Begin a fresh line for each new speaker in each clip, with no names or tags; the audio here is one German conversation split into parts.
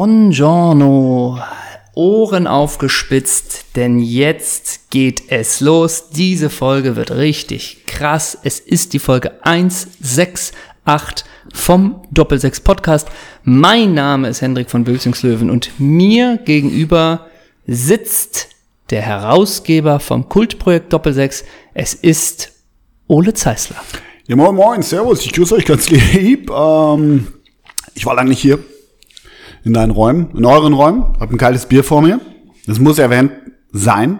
Buongiorno. Ohren aufgespitzt, denn jetzt geht es los. Diese Folge wird richtig krass. Es ist die Folge 168 vom Doppelsechs Podcast. Mein Name ist Hendrik von Bülzingslöwen und mir gegenüber sitzt der Herausgeber vom Kultprojekt Doppelsechs. Es ist Ole Zeisler.
Ja, moin, moin, servus, ich grüße euch ganz lieb. Ähm, ich war lange nicht hier in deinen Räumen, in euren Räumen, hab ein kaltes Bier vor mir. Das muss erwähnt sein.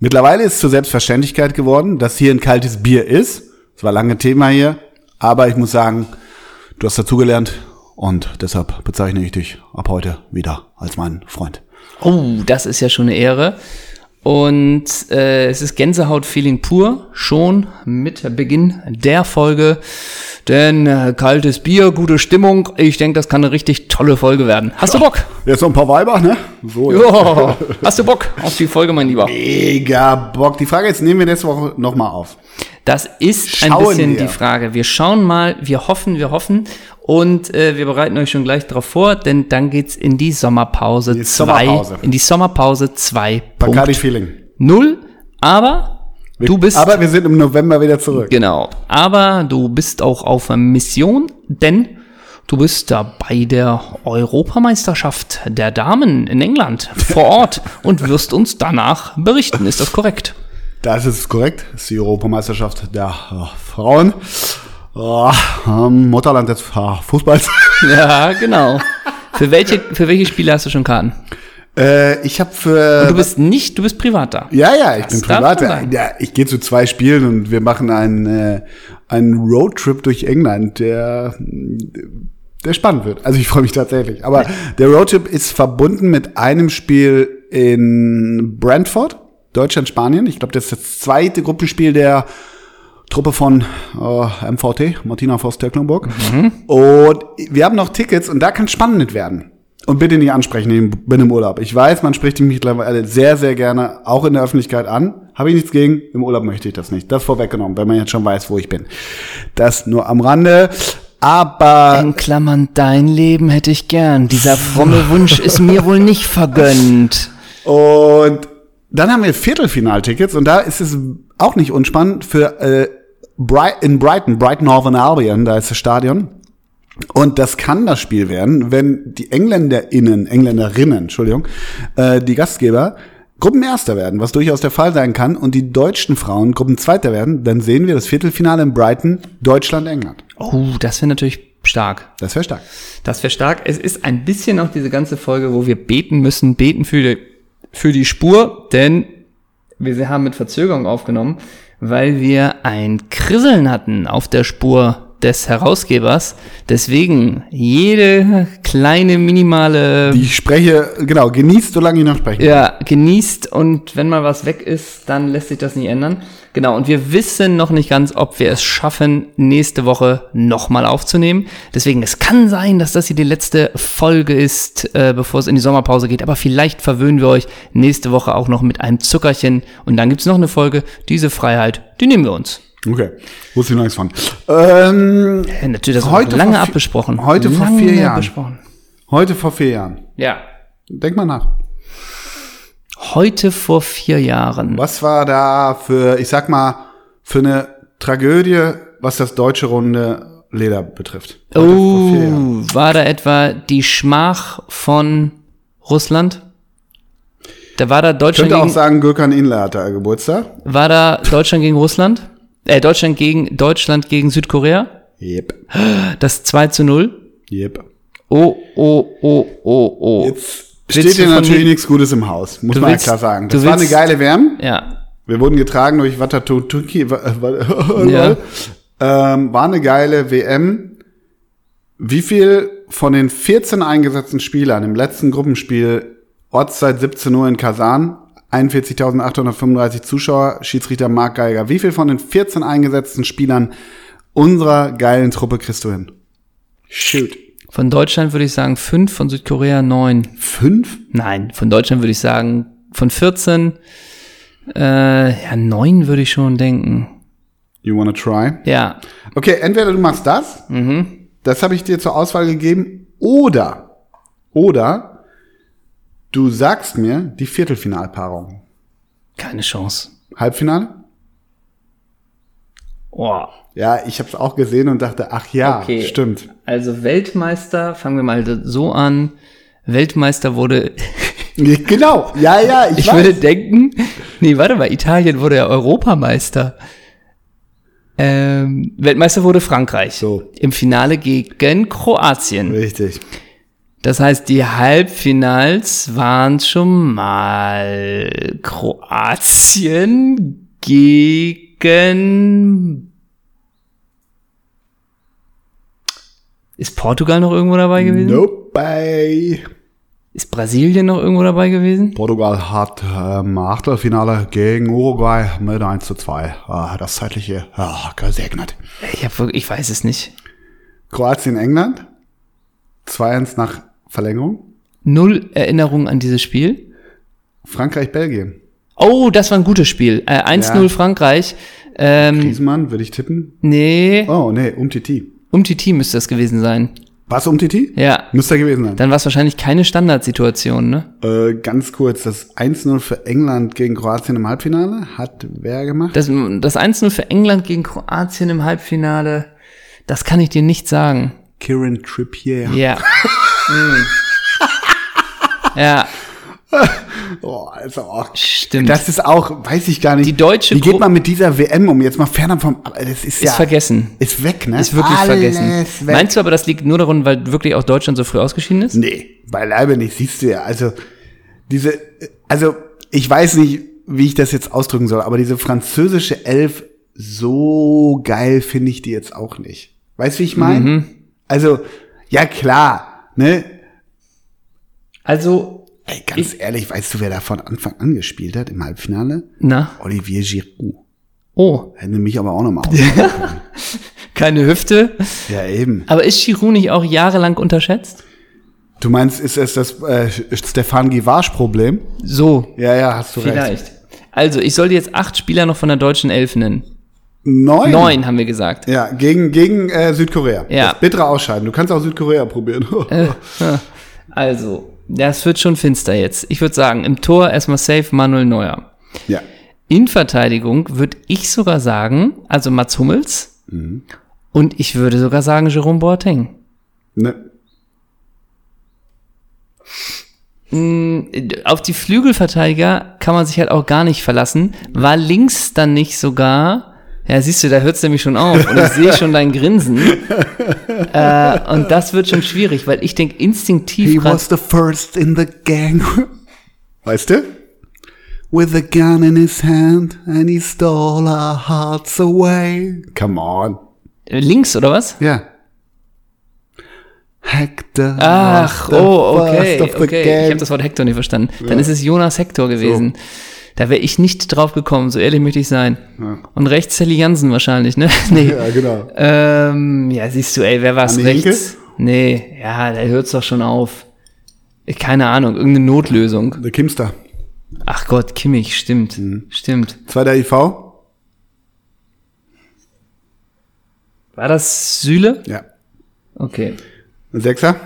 Mittlerweile ist es zur Selbstverständlichkeit geworden, dass hier ein kaltes Bier ist. Es war lange Thema hier, aber ich muss sagen, du hast dazugelernt und deshalb bezeichne ich dich ab heute wieder als meinen Freund.
Oh, das ist ja schon eine Ehre. Und äh, es ist Gänsehaut-Feeling pur, schon mit Beginn der Folge. Denn äh, kaltes Bier, gute Stimmung. Ich denke, das kann eine richtig tolle Folge werden. Hast du Bock?
Jetzt noch ein paar Weiber, ne? So, ja.
Ja. Hast du Bock auf die Folge, mein Lieber?
Mega Bock. Die Frage jetzt nehmen wir nächste Woche nochmal auf.
Das ist ein
Schauen
bisschen
wir.
die Frage. Wir schauen mal, wir hoffen, wir hoffen. Und äh, wir bereiten euch schon gleich darauf vor, denn dann geht's in die Sommerpause
Die
2.
Sommerpause.
In die Sommerpause 2.0.
Bacardi Feeling.
Aber du bist.
Aber wir sind im November wieder zurück.
Genau. Aber du bist auch auf einer Mission, denn du bist da bei der Europameisterschaft der Damen in England vor Ort und wirst uns danach berichten. Ist das korrekt?
Das ist korrekt. Das ist die Europameisterschaft der äh, Frauen. Ah, ähm, Mutterland des ah, Fußballs.
Ja, genau. Für welche, für welche Spiele hast du schon Karten?
äh, ich habe für.
Du bist nicht, du bist privat da.
ja, ja, ich
Das
bin
darf
privat.
man sagen.
Ja, ich gehe zu zwei Spielen und wir machen einen, äh, einen Roadtrip durch England, der, der spannend wird. Also ich freue mich tatsächlich. Aber der Roadtrip ist verbunden mit einem Spiel in Brentford, Deutschland, Spanien. Ich glaube, das ist das zweite Gruppenspiel der Truppe von äh, MVT, Martina Voss Tecklenburg. Und wir haben noch Tickets und da kann spannend werden. Und bitte nicht ansprechen, ich bin im Urlaub. Ich weiß, man spricht mich mittlerweile sehr, sehr gerne auch in der Öffentlichkeit an. Habe ich nichts gegen, im Urlaub möchte ich das nicht. Das vorweggenommen, wenn man jetzt schon weiß, wo ich bin. Das nur am Rande. Aber
In Klammern, dein Leben hätte ich gern. Dieser fromme Wunsch ist mir wohl nicht vergönnt.
Und dann haben wir Viertelfinaltickets und da ist es auch nicht unspannend für äh, Bright, in Brighton, Brighton Northern Albion, da ist das Stadion. Und das kann das Spiel werden, wenn die EngländerInnen, Engländerinnen, Entschuldigung, äh, die Gastgeber Gruppenerster werden, was durchaus der Fall sein kann, und die deutschen Frauen Gruppenzweiter werden, dann sehen wir das Viertelfinale in Brighton, Deutschland, England.
Oh, das wäre natürlich stark.
Das wäre stark.
Das wäre stark. Es ist ein bisschen auch diese ganze Folge, wo wir beten müssen, beten für die, für die Spur, denn wir haben mit Verzögerung aufgenommen, weil wir ein Krisseln hatten auf der Spur des Herausgebers. Deswegen jede kleine minimale
Ich spreche, genau, genießt, solange ich noch spreche.
ja, genießt und wenn mal was weg ist, dann lässt sich das nicht ändern. Genau, und wir wissen noch nicht ganz, ob wir es schaffen, nächste Woche nochmal aufzunehmen. Deswegen, es kann sein, dass das hier die letzte Folge ist, äh, bevor es in die Sommerpause geht. Aber vielleicht verwöhnen wir euch nächste Woche auch noch mit einem Zuckerchen. Und dann gibt's noch eine Folge. Diese Freiheit, die nehmen wir uns.
Okay, wusste ich noch nichts von. Ähm,
Äh, natürlich, das
Heute
heute lange
vor vi-
abbesprochen.
heute vor
lange
vier Jahren.
Besprochen.
heute vor vier Jahren.
Ja,
Denk mal nach.
heute vor vier Jahren.
Was war da für, ich sag mal, für eine Tragödie, was das deutsche runde Leder betrifft? Heute Oh, vor vier Jahren.
Oh, war da etwa die Schmach von Russland? Da war da
Ich
Deutschland
könnte auch
gegen,
sagen, Gürkan Inler hat da Geburtstag.
war da Deutschland gegen Russland? Äh, Deutschland gegen Deutschland gegen Südkorea?
Yep.
Das 2 zu 0.
Yep.
Oh, oh, oh, oh, oh.
Jetzt
Willst
steht dir
du von
natürlich
mir-
nichts Gutes im Haus, muss
Du
man ja
willst-
klar sagen.
du
Das war eine
willst-
geile Wärme.
Ja.
Wir wurden getragen durch Watatotuki. wa- äh, wa-
Ja.
Ähm, war eine geile WM. Wie viel von den 14 eingesetzten Spielern im letzten Gruppenspiel Ortszeit 17 Uhr in Kasan, 41.835 Zuschauer, Schiedsrichter Marc Geiger, wie viel von den 14 eingesetzten Spielern unserer geilen Truppe kriegst du hin? Shoot.
Von Deutschland würde ich sagen 5, von Südkorea 9.
Fünf?
Nein, von Deutschland würde ich sagen von 14 äh, ja 9 würde ich schon denken.
You wanna try?
Ja. Mhm.
Okay, entweder du machst das, das habe ich dir zur Auswahl gegeben, oder, Oder du sagst mir die Viertelfinalpaarung.
Keine Chance.
Halbfinale?
Boah.
Ja, ich habe es auch gesehen und dachte, ach ja,
Okay.
stimmt.
Also Weltmeister, fangen wir mal so an. Weltmeister wurde,
Genau, ja, ja, ich,
ich
weiß.
würde denken, nee, warte mal, Italien wurde ja Europameister. Ähm, Weltmeister wurde Frankreich.
So.
Im Finale gegen Kroatien.
Richtig.
Das heißt, die Halbfinals waren schon mal Kroatien gegen. Ist Portugal noch irgendwo dabei gewesen?
Nope. Bei
Ist Brasilien noch irgendwo dabei gewesen?
Portugal hat äh, im Achtelfinale gegen Uruguay mit 1 zu 2. Ah, das zeitliche ah, gesegnet.
Ich, hab, wirklich- ich weiß es nicht.
Kroatien, England. 2-1 nach Verlängerung.
Null Erinnerung an dieses Spiel.
Frankreich, Belgien.
Oh, das war ein gutes Spiel. Äh, 1-0
Ja.
Frankreich. Ähm,
Griezmann, würde ich tippen.
nee,
Oh, nee, Umtiti.
um Titi müsste das gewesen sein.
Was, Umtiti?
Ja.
Müsste er gewesen sein.
Dann war es wahrscheinlich keine Standardsituation, ne?
Äh, ganz kurz, das 1-0 für England gegen Kroatien im Halbfinale hat wer gemacht?
Das, das 1-0 für England gegen Kroatien im Halbfinale, das kann ich dir nicht sagen.
Kieran Trippier.
Ja. Hm. Ja,
Oh, also auch.
stimmt.
Das ist auch, weiß ich gar nicht.
Die deutsche
Wie geht
Gru-
man mit dieser WM um? Jetzt mal fernab vom. Das ist, ja.
ist vergessen.
Ist weg, ne?
Ist wirklich
Alles
vergessen.
Weg.
Meinst du aber, das liegt nur daran, weil wirklich auch Deutschland so früh ausgeschieden ist?
Nee, beileibe nicht, siehst du ja. Also, diese, also, ich weiß nicht, wie ich das jetzt ausdrücken soll, aber diese französische Elf, so geil finde ich die jetzt auch nicht. Weißt du, wie ich meine? Also, ja klar, ne?
Also,
Ey, ganz ehrlich, weißt du, wer da von Anfang an gespielt hat im Halbfinale?
na,
Olivier Giroud.
oh,
Hätte mich aber auch nochmal aus.
keine Hüfte.
ja, eben.
Aber ist Giroud nicht auch jahrelang unterschätzt?
Du meinst, ist es das äh, Stefan Givage-Problem?
So,
Ja, ja, hast du recht.
vielleicht. Also, ich soll dir jetzt acht Spieler noch von der deutschen Elf nennen.
Neun?
Neun haben wir gesagt.
Ja, gegen, gegen äh, Südkorea.
Ja. Äh.
Das bittere Ausscheiden. Du kannst auch Südkorea probieren.
Also, das wird schon finster jetzt. Ich würde sagen, im Tor erstmal safe Manuel Neuer.
ja.
In Verteidigung würde ich sogar sagen, also Mats Hummels. Und ich würde sogar sagen Jerome Boateng.
Ne.
Auf die Flügelverteidiger kann man sich halt auch gar nicht verlassen. War links dann nicht sogar. Ja, siehst du, da hört es nämlich schon auf. Und ich sehe schon dein Grinsen. äh, und das wird schon schwierig, weil ich denke instinktiv. ran-
the first in the gang. Weißt du? With a gun in his hand and he stole our hearts away. Come on.
Äh, links, oder was?
Ja. Hector.
Ach,
was the
oh, okay,
first of the
okay. Ich
gang.
habe das Wort Hector nicht verstanden. Dann ist es Jonas Hector gewesen. Da wäre ich nicht drauf gekommen, so ehrlich möchte ich sein. Und rechts Sally Jansen wahrscheinlich, ne? nee.
ja, genau.
Ähm, ja, siehst du, ey, wer war's
Anne Henke?
rechts? Nee, ja, da hört's doch schon auf. Keine Ahnung, irgendeine Notlösung.
Der Kimster.
Ach Gott, Kimmich, stimmt,
Mhm.
stimmt.
Zweiter IV.
War das Süle?
Ja.
Okay.
Sechser?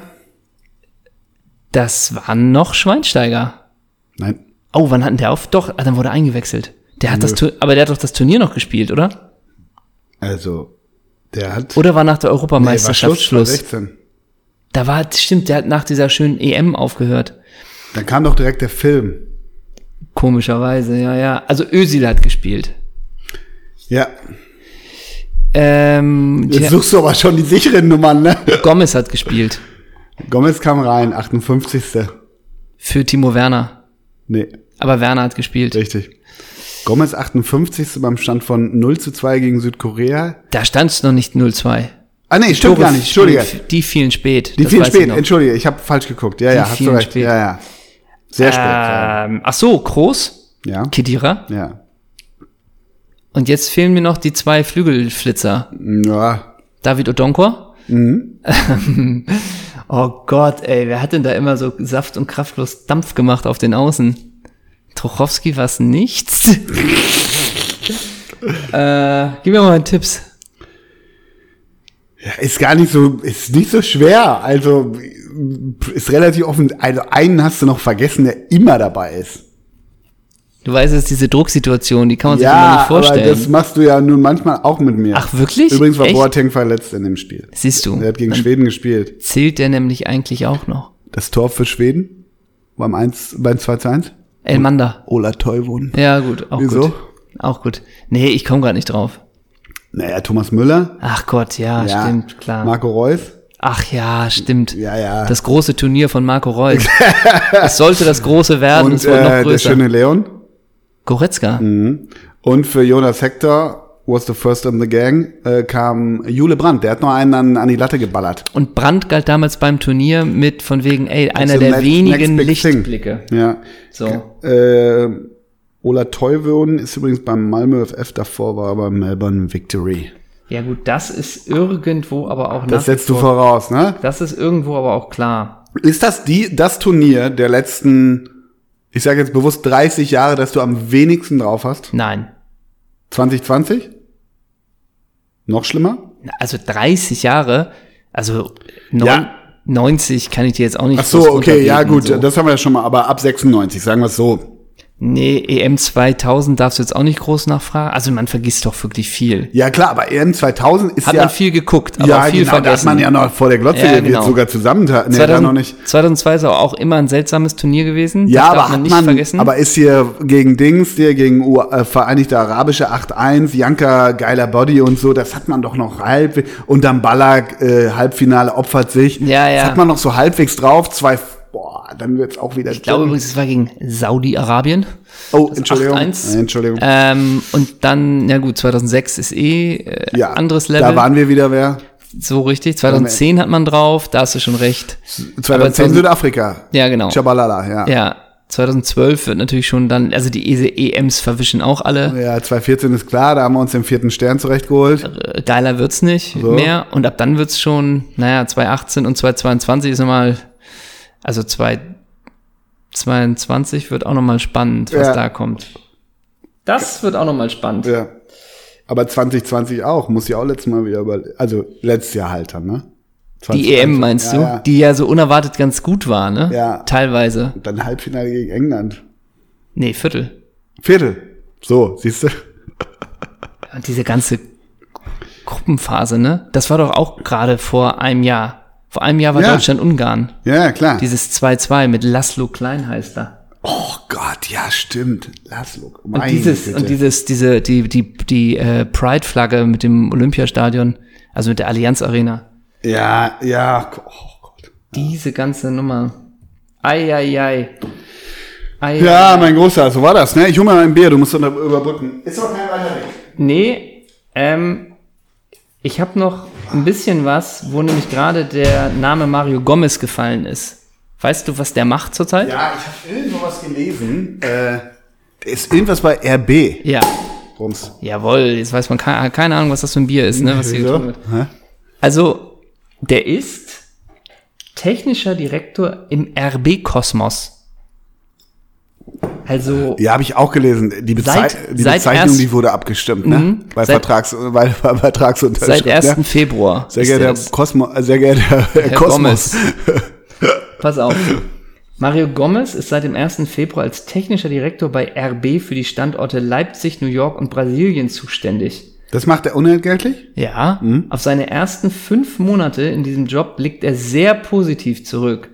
Das war noch Schweinsteiger.
Nein.
Oh, wann hatten der auf? Doch, ah, dann wurde er eingewechselt. Der hat das, Tur- aber der hat doch das Turnier noch gespielt, oder?
Also, der hat.
Oder war nach der
Nee, war
Europameisterschaft
war
Schluss?
16.
Da war, stimmt, der hat nach dieser schönen EM aufgehört.
Dann kam doch direkt der Film.
Komischerweise, ja, ja. Also Özil hat gespielt.
Ja.
Ähm,
Jetzt
ja,
suchst du aber schon die sicheren Nummern, ne?
Gomez hat gespielt
Gomez kam rein, 58.
für Timo Werner.
Nee,
Aber Werner hat gespielt.
richtig. Gomez 58. beim Stand von 0 zu 2 gegen Südkorea.
Da stand es noch nicht 0-2.
Ah nee, stimmt
Tore
gar nicht. Entschuldige.
f- Die fielen spät.
Die
das
viel
weiß ich
spät,
noch.
entschuldige, ich habe falsch geguckt. Ja, ja, hast du
vielen
recht.
spät.
Ja, ja. Sehr spät. ja.
Ähm, ach so, Groß,
ja.
Kedira.
Ja.
Und jetzt fehlen mir noch die zwei Flügelflitzer.
Ja.
David Odonkor.
Mhm.
oh Gott, ey, wer hat denn da immer so saft- und kraftlos Dampf gemacht auf den Außen? Trochowski war es nichts. äh, gib mir mal einen Tipps.
Ist gar nicht so, ist nicht so schwer. Also, ist relativ offen. Also einen hast du noch vergessen, der immer dabei ist.
Du weißt, es ist diese Drucksituation, die kann man sich immer
Ja,
nicht
aber
vorstellen.
das machst du ja nun manchmal auch mit mir.
Ach, wirklich?
Übrigens war
Echt?
Boateng verletzt in dem Spiel.
Siehst du.
Er hat gegen Schweden gespielt.
Zählt der nämlich eigentlich auch noch?
Das Tor für Schweden beim 1, beim 2 zu 1.
Elmander.
Ola Toivon.
Ja, gut, auch
Wieso?
gut. Auch gut. Nee, ich komme gerade nicht drauf.
Naja, Thomas Müller.
Ach Gott, ja,
Ja.
stimmt, klar.
Marco Reus.
Ach ja, stimmt.
Ja, ja.
Das große Turnier von Marco Reus. es sollte das große werden,
Und
es wurde noch
äh, der
größer.
schöne Mhm. Leon.
Goretzka.
Und für Jonas Hector, was the first in the gang, äh, kam Jule Brandt. Der hat noch einen an, an die Latte geballert.
Und Brandt galt damals beim Turnier mit von wegen, ey, einer
the
der
next-
wenigen
next big thing.
Lichtblicke.
Ja.
So.
Äh, Ola Toivonen ist übrigens beim Malmö FF davor, war aber Melbourne Victory.
Ja gut, das ist irgendwo aber auch
Das
nach.
setzt du voraus, ne?
Das ist irgendwo aber auch klar.
Ist das die, das Turnier der letzten, ich sage jetzt bewusst 30 Jahre, dass du am wenigsten drauf hast?
Nein.
2020? Noch schlimmer?
Also 30 Jahre, also neun,
Ja.
90 kann ich dir jetzt auch nicht
Ach so,
groß
okay, ja
runterbieten,
gut,
halt so.
das haben wir ja schon mal, aber ab 96, sagen wir es so.
Nee, EM 2000 darfst du jetzt auch nicht groß nachfragen. Also man vergisst doch wirklich viel.
Ja klar, aber EM 2000 ist
Hat
ja,
man viel geguckt, aber
ja
viel
genau, da hat
vergessen.
man ja noch vor der Glotze,
Ja,
ja,
genau.
sogar zusammen, nee, da
2000,
noch nicht.
2002 ist auch immer ein seltsames Turnier gewesen. das
Ja,
darf
aber
man
hat
nicht
man,
vergessen.
aber ist hier gegen Dings, hier gegen U äh, Vereinigte Arabische 8-1, Janka, geiler Body und so, das hat man doch noch halb, und dann Ballack, äh, Halbfinale opfert sich.
Ja, ja.
Das hat man noch so halbwegs drauf, zwei, boah, dann wird's auch wieder
ich glaube übrigens, es war gegen Saudi-Arabien.
oh, Entschuldigung,
8-1.
Äh, Entschuldigung,
Ähm, und dann, ja gut, 2006 ist eh äh,
ja,
anderes Level.
da waren wir wieder, wer?
so richtig. 2010 hat man drauf, da hast du schon recht.
2010
2000
Südafrika,
Ja, genau.
Chabalala, ja. ja.
Ja, 2012 wird natürlich schon dann, also die ESE EMs verwischen auch alle.
Ja, 2014 ist klar, da haben wir uns den vierten Stern zurechtgeholt.
Äh, Geiler wird's nicht mehr. Und ab dann wird's schon, naja, 2018 und 2022 ist nochmal, also 2022 wird auch nochmal spannend, was
Ja.
da kommt. Das wird auch nochmal spannend.
Ja. Aber 2020 auch, muss ich auch letztes Mal wieder über, also letztes Jahr halt dann, ne?
Die
2020,
EM meinst
ja,
du?
Ja.
Die ja so unerwartet ganz gut war, ne?
Ja.
Teilweise.
Und dann Halbfinale gegen England.
Nee, Viertel.
Viertel. So, siehst du?
Und diese ganze Gruppenphase, ne? Das war doch auch gerade vor einem Jahr. Vor einem Jahr war
Ja.
Deutschland-Ungarn.
Ja, ja, klar.
Dieses 2-2 mit Laszlo Klein heißt er.
oh Gott, ja, stimmt. Laszlo. um
Und dieses, und dieses, diese, die, die, die äh, Pride-Flagge mit dem Olympiastadion, also mit der Allianz Arena.
ja, ja, oh Gott.
Diese ganze Nummer. Eieiei. Ei,
Ja, mein Großer, so war das, ne? Ich hol mir mal ein Bier, du musst dann überbrücken. Ist doch kein weiter Weg.
Nee, ähm, ich habe noch ein bisschen was, wo nämlich gerade der Name Mario Gomez gefallen ist. Weißt du, was der macht zurzeit?
Ja, ich habe irgendwo was gelesen. Äh, der ist irgendwas bei RB.
Ja.
Rums.
Jawohl, jetzt weiß man keine, keine Ahnung, was das für ein Bier ist, ne, was hier getrunken wird.
Hä?
Also, der ist technischer Direktor im RB Kosmos. Also,
Ja, habe ich auch gelesen. Die, Bezei
Seit-
die
seit
Bezeichnung,
erst-
die wurde abgestimmt, ne?
Mhm.
bei,
Seit-
Vertrags bei, bei Vertragsunterschrift.
seit 1.
ne?
Februar.
Sehr
ist
geehrter
der
Herr
das.
Kosmo, äh, sehr geehrter Herr,
Herr
Kosmos.
Pass auf. Mario Gomez ist seit dem 1. Februar als technischer Direktor bei RB für die Standorte Leipzig, New York und Brasilien zuständig.
Das macht er unentgeltlich?
Ja, auf seine ersten fünf Monate in diesem Job blickt er sehr positiv zurück.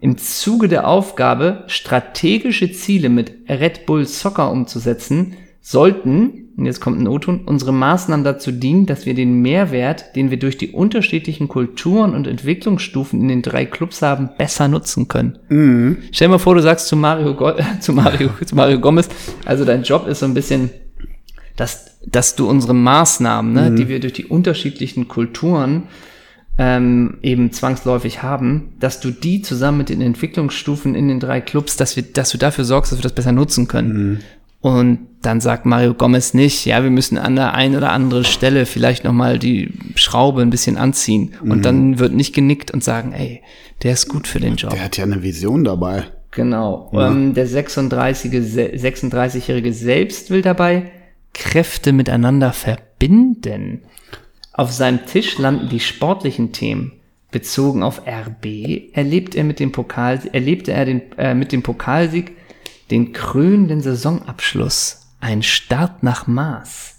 Im Zuge der Aufgabe, strategische Ziele mit Red Bull Soccer umzusetzen, sollten, und jetzt kommt ein O-Ton, unsere Maßnahmen dazu dienen, dass wir den Mehrwert, den wir durch die unterschiedlichen Kulturen und Entwicklungsstufen in den drei Clubs haben, besser nutzen können. Stell dir mal vor, du sagst zu Mario, Go zu Mario, zu Mario Gomez, also dein Job ist so ein bisschen dass, dass du unsere Maßnahmen, ne, die wir durch die unterschiedlichen Kulturen ähm, eben zwangsläufig haben, dass du die zusammen mit den Entwicklungsstufen in den drei Clubs, dass wir, dass du dafür sorgst, dass wir das besser nutzen können. Und dann sagt Mario Gomez nicht, ja, wir müssen an der einen oder anderen Stelle vielleicht nochmal die Schraube ein bisschen anziehen. Und dann wird nicht genickt und sagen, ey, der ist gut für den Job.
Der hat ja eine Vision dabei.
Genau. Ähm, der 36-jährige se- 36-Jährige selbst will dabei Kräfte miteinander verbinden. Auf seinem Tisch landen die sportlichen Themen, Bezogen auf RB erlebt er mit dem Pokal, erlebte er den, äh, mit dem Pokalsieg den krönenden Saisonabschluss. Ein Start nach Maß.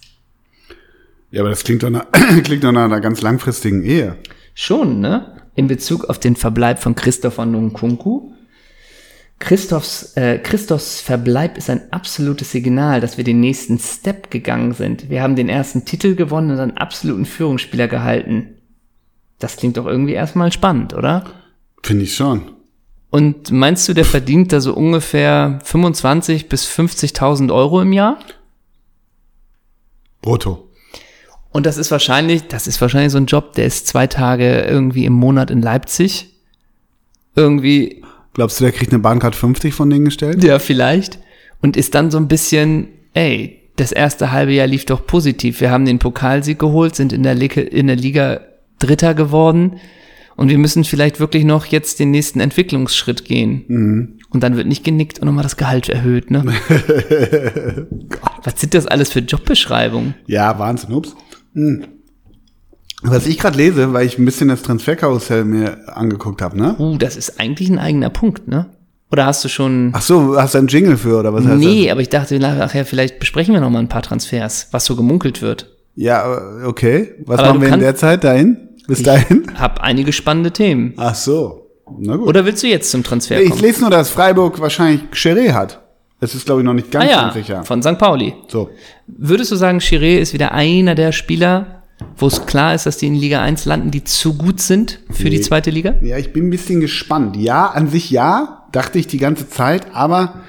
Ja, aber das klingt doch, nach, klingt doch nach einer ganz langfristigen Ehe.
Schon, ne? In Bezug auf den Verbleib von Christopher Nkunku. Christophs, äh, Christophs Verbleib ist ein absolutes Signal, dass wir den nächsten Step gegangen sind. Wir haben den ersten Titel gewonnen und einen absoluten Führungsspieler gehalten. Das klingt doch irgendwie erstmal spannend, oder?
Finde ich schon.
Und meinst du, der verdient da so ungefähr 25 bis 50.000 Euro im Jahr?
Brutto.
Und das ist wahrscheinlich, das ist wahrscheinlich so ein Job, der ist zwei Tage irgendwie im Monat in Leipzig. Irgendwie,
Glaubst du, der kriegt eine Bahncard 50 von denen gestellt?
ja, vielleicht. Und ist dann so ein bisschen, ey, das erste halbe Jahr lief doch positiv. Wir haben den Pokalsieg geholt, sind in der, Liga, in der Liga Dritter geworden. Und wir müssen vielleicht wirklich noch jetzt den nächsten Entwicklungsschritt gehen. Und dann wird nicht genickt und nochmal das Gehalt erhöht, ne? Gott, was sind das alles für Jobbeschreibungen?
Ja, Wahnsinn, ups. Hm. Was ich gerade lese, weil ich ein bisschen das Transferkarussell mir angeguckt habe, ne?
Uh, das ist eigentlich ein eigener Punkt, ne? Oder hast du schon.
Ach so, hast du einen Jingle für oder was heißt das?
nee, aber ich dachte nachher, vielleicht besprechen wir nochmal ein paar Transfers, was so gemunkelt wird.
Ja, aber okay. Was
Aber
machen
du
wir in
kannst-
der Zeit dahin? Bis dahin?
Hab einige spannende Themen.
Ach so. Na gut.
Oder willst du jetzt zum Transfer
ich
kommen?
lese nur, dass Freiburg wahrscheinlich Cheré hat. Das ist, glaube ich, noch nicht
ah
ganz
ja,
sicher.
von St. Pauli.
So.
Würdest du sagen, Chiré ist wieder einer der Spieler, wo es klar ist, dass die in Liga 1 landen, die zu gut sind für die
Nee.
zweite Liga?
Ja, ich bin ein bisschen gespannt. Ja, an sich ja, dachte ich die ganze Zeit, aber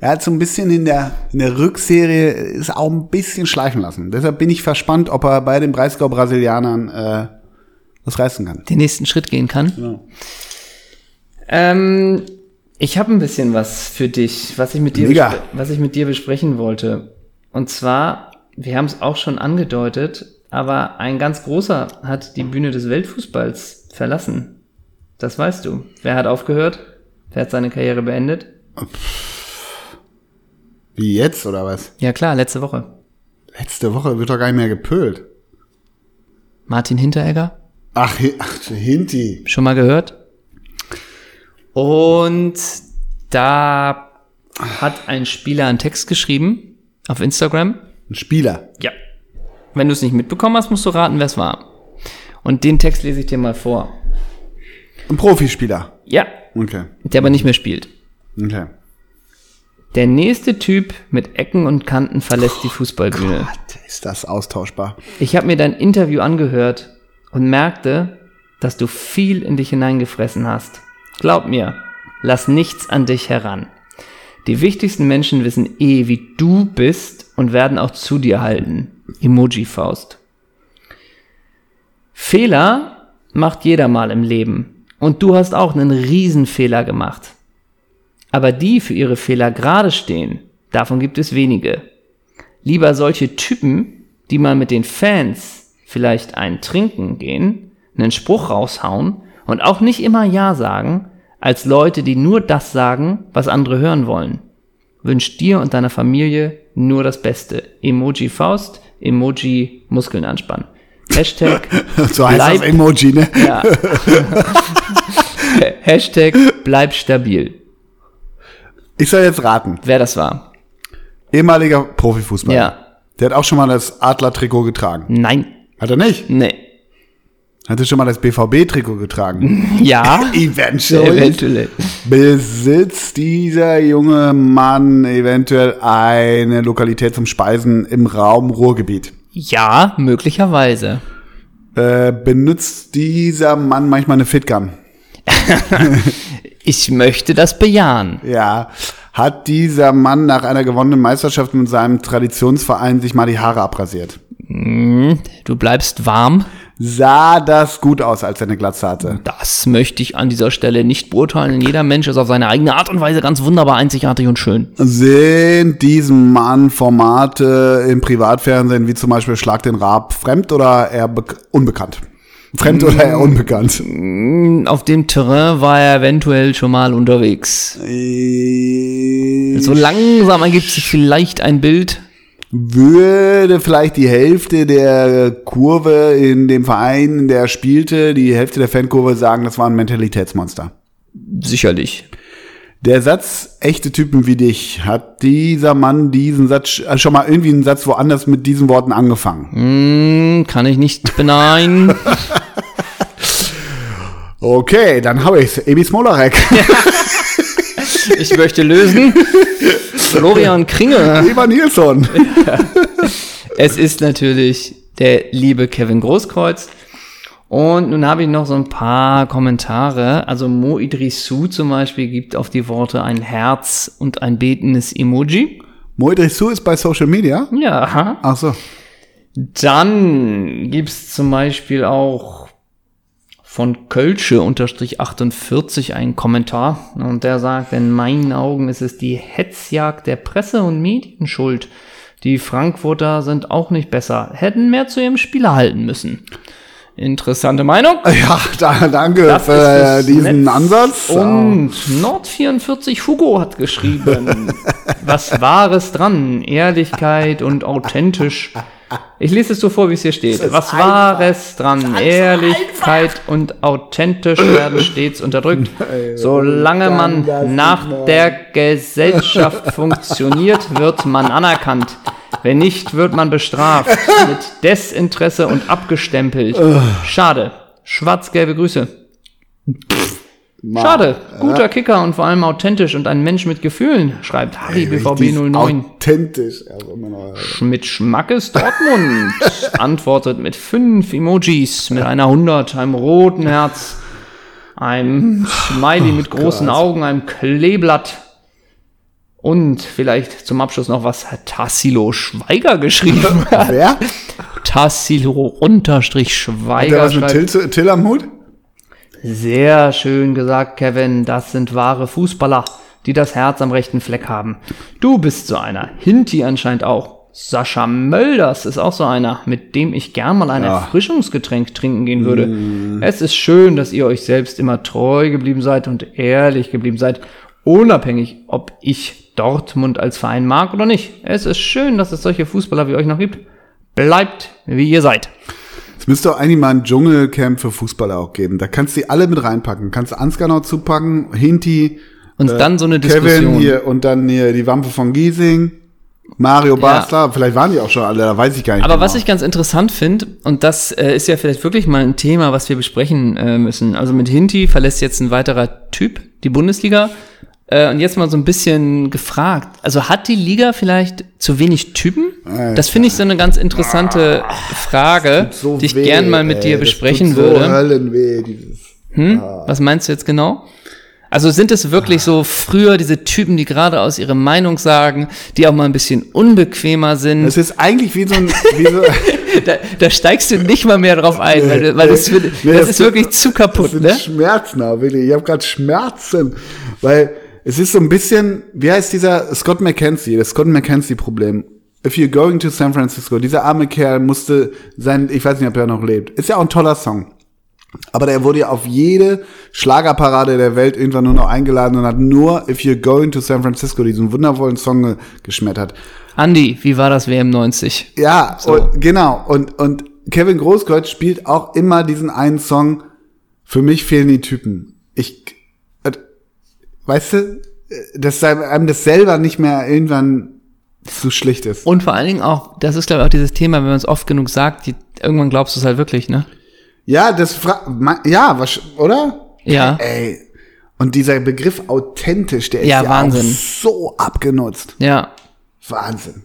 er hat so ein bisschen in der, in der Rückserie ist auch ein bisschen schleifen lassen. Deshalb bin ich verspannt, ob er bei den Breisgau-Brasilianern äh, was reißen kann.
Den nächsten Schritt gehen kann? Ähm, ich habe ein bisschen was für dich, was ich mit dir,
Mega.
bespre- was ich mit dir besprechen wollte. Und zwar, wir haben es auch schon angedeutet, aber ein ganz großer hat die Bühne des Weltfußballs verlassen. Das weißt du. Wer hat aufgehört? Wer hat seine Karriere beendet?
Wie jetzt oder was?
Ja klar, letzte Woche.
Letzte Woche wird doch gar nicht mehr gepölt.
Martin Hinteregger,
Ach, Hi- ach Hinti.
schon mal gehört? Und da hat ein Spieler einen Text geschrieben auf Instagram.
Ein Spieler.
Ja. Wenn du es nicht mitbekommen hast, musst du raten, wer es war. Und den Text lese ich dir mal vor.
Ein Profispieler.
Ja,
Okay.
der aber nicht mehr spielt.
Okay.
Der nächste Typ mit Ecken und Kanten verlässt die Fußballbühne.
Gott, ist das austauschbar.
Ich habe mir dein Interview angehört und merkte, dass du viel in dich hineingefressen hast. Glaub mir, lass nichts an dich heran. Die wichtigsten Menschen wissen eh, wie du bist und werden auch zu dir halten. Emoji-Faust. Fehler macht jeder mal im Leben. Und du hast auch einen Riesenfehler gemacht. Aber die für ihre Fehler gerade stehen, davon gibt es wenige lieber solche Typen, die mal mit den Fans vielleicht einen trinken gehen, einen Spruch raushauen und auch nicht immer Ja sagen, als Leute, die nur das sagen, was andere hören wollen. Wünscht dir und deiner Familie nur das Beste. Emoji Faust, Emoji Muskeln anspannen. Hashtag,
So heißt
Bleib-
das Emoji, ne?
Hashtag, bleib stabil.
Ich soll jetzt raten.
Wer das war?
Ehemaliger Profifußballer.
Ja.
Der hat auch schon mal das Adler-Trikot getragen.
Nein.
Hat er nicht?
Nee.
Hat er schon mal das BVB-Trikot getragen? Ah,
Ja.
Eventuell
Eventuell.
besitzt dieser junge Mann eventuell eine Lokalität zum Speisen im Raum Ruhrgebiet.
Ja, möglicherweise.
Äh, benutzt dieser Mann manchmal eine Fitgun?
Ich möchte das bejahen.
Ja. Hat dieser Mann nach einer gewonnenen Meisterschaft mit seinem Traditionsverein sich mal die Haare abrasiert?
Du bleibst warm.
Sah das gut aus, als er eine Glatze hatte?
Das möchte ich an dieser Stelle nicht beurteilen. Jeder Mensch ist auf seine eigene Art und Weise ganz wunderbar einzigartig und schön.
Sind diesem Mann Formate im Privatfernsehen wie zum Beispiel Schlag den Raab fremd oder eher bek- unbekannt? Fremd oder eher unbekannt?
Auf dem Terrain war er eventuell schon mal Äh, unterwegs. So langsam ergibt sich vielleicht ein Bild.
würde vielleicht die Hälfte der Kurve in dem Verein, in der er spielte, die Hälfte der Fankurve sagen, das war ein Mentalitätsmonster.
Sicherlich.
Der Satz, echte Typen wie dich, hat dieser Mann diesen Satz äh, schon mal irgendwie einen Satz woanders mit diesen Worten angefangen.
Hm, kann ich nicht beneiden.
Okay, dann habe ich's. Ebi Smolarek.
ich möchte lösen. Florian Kringe.
Eber Nilsson.
Es ist natürlich der liebe Kevin Großkreuz. Und nun habe ich noch so ein paar Kommentare. Also Mo Idrisu zum Beispiel gibt auf die Worte ein Herz und ein betendes Emoji.
Moedrisu ist bei Social Media.
Ja.
Ach so.
Dann gibt's zum Beispiel auch von Kölsche-48 einen Kommentar und der sagt, in meinen Augen ist es die Hetzjagd der Presse und Medien schuld. Die Frankfurter sind auch nicht besser, hätten mehr zu ihrem Spieler halten müssen. Interessante Meinung.
Ja, da, danke
Das
für
ist das
diesen
Netz. Oh,
Ansatz.
Und Nord44 Hugo hat geschrieben, was Wahres dran, Ehrlichkeit und authentisch. Ich lese es so vor, wie es hier steht. Was Wahres dran, Ehrlichkeit und authentisch werden stets unterdrückt. Solange man nach der Gesellschaft funktioniert, wird man anerkannt. Wenn nicht, wird man bestraft mit Desinteresse und abgestempelt. Schade. Schwarz-gelbe Grüße. Schade, guter Kicker und vor allem authentisch und ein Mensch mit Gefühlen, schreibt Harry BVB 09.
Authentisch. Also immer noch.
Mit Schmackes Dortmund antwortet mit fünf Emojis, mit einer 100, einem roten Herz, einem Smiley mit großen Augen, einem Kleeblatt und vielleicht zum Abschluss noch was hat Tassilo Schweiger geschrieben hat.
Wer?
Tassilo unterstrich
Hat der
Schweiger
was mit
schreibt,
Till, zu- Till am Hut?
sehr schön gesagt, Kevin. Das sind wahre Fußballer, die das Herz am rechten Fleck haben. Du bist so einer. Hinti anscheinend auch. Sascha Mölders ist auch so einer, mit dem ich gern mal ein Erfrischungsgetränk trinken gehen würde.
Mm.
Es ist schön, dass ihr euch selbst immer treu geblieben seid und ehrlich geblieben seid, unabhängig, ob ich Dortmund als Verein mag oder nicht. Es ist schön, dass es solche Fußballer wie euch noch gibt. Bleibt, wie ihr seid.
Es müsste auch eigentlich mal ein Dschungelcamp für Fußballer auch geben. Da kannst du die alle mit reinpacken. Kannst du Ansgar noch zupacken, Hinti,
Und dann so eine
Äh, Kevin
Diskussion.
hier und dann hier die Wampe von Giesing, Mario Basler. Vielleicht waren die auch schon alle, da weiß ich gar nicht.
Aber was
genau.
ich ganz interessant finde, und das äh, ist ja vielleicht wirklich mal ein Thema, was wir besprechen äh, müssen. Also mit Hinti verlässt jetzt ein weiterer Typ die Bundesliga. Äh, und jetzt mal so ein bisschen gefragt. Also hat die Liga vielleicht zu wenig Typen?
Äh,
Das finde ich so eine ganz interessante Frage,
Ah, So
die ich
weh,
gern mal mit
ey,
dir
das
besprechen
tut so Ah.
würde.
Höllenweh, dieses.
Hm? Was meinst du jetzt genau? Also sind es wirklich
Ah.
so früher diese Typen, die gerade aus ihre Meinung sagen, die auch mal ein bisschen unbequemer sind?
Es ist eigentlich wie so ein, wie so,
Da, da steigst du nicht mal mehr drauf ein, weil, du- weil das, wird-
Nee,
das
das
ist
sind-
wirklich zu
Das
kaputt,
sind
ne?
Schmerzen, aber wirklich. Ich habe gerade Schmerzen, weil es ist so ein bisschen, wie heißt dieser Scott McKenzie, das Scott McKenzie-Problem. If you're going to San Francisco, dieser arme Kerl musste sein, ich weiß nicht, ob er noch lebt. Ist ja auch ein toller Song. Aber der wurde ja auf jede Schlagerparade der Welt irgendwann nur noch eingeladen und hat nur If You're Going to San Francisco diesen wundervollen Song ge- geschmettert.
Andi, wie war das WM90?
Ja, und, genau. Und, und Kevin Großkreuz spielt auch immer diesen einen Song. Für mich fehlen die Typen. Ich, äh, weißt du, äh, dass einem das selber nicht mehr irgendwann zu schlicht ist.
Und vor allen Dingen auch, das ist glaube ich auch dieses Thema, wenn man es oft genug sagt, die, irgendwann glaubst du es halt wirklich, ne?
Ja, das fra ma- ja, was, oder?
Ja.
Ey. Und dieser Begriff authentisch, der ist
Ja,
ja
Wahnsinn.
auch so abgenutzt.
Ja,
Wahnsinn.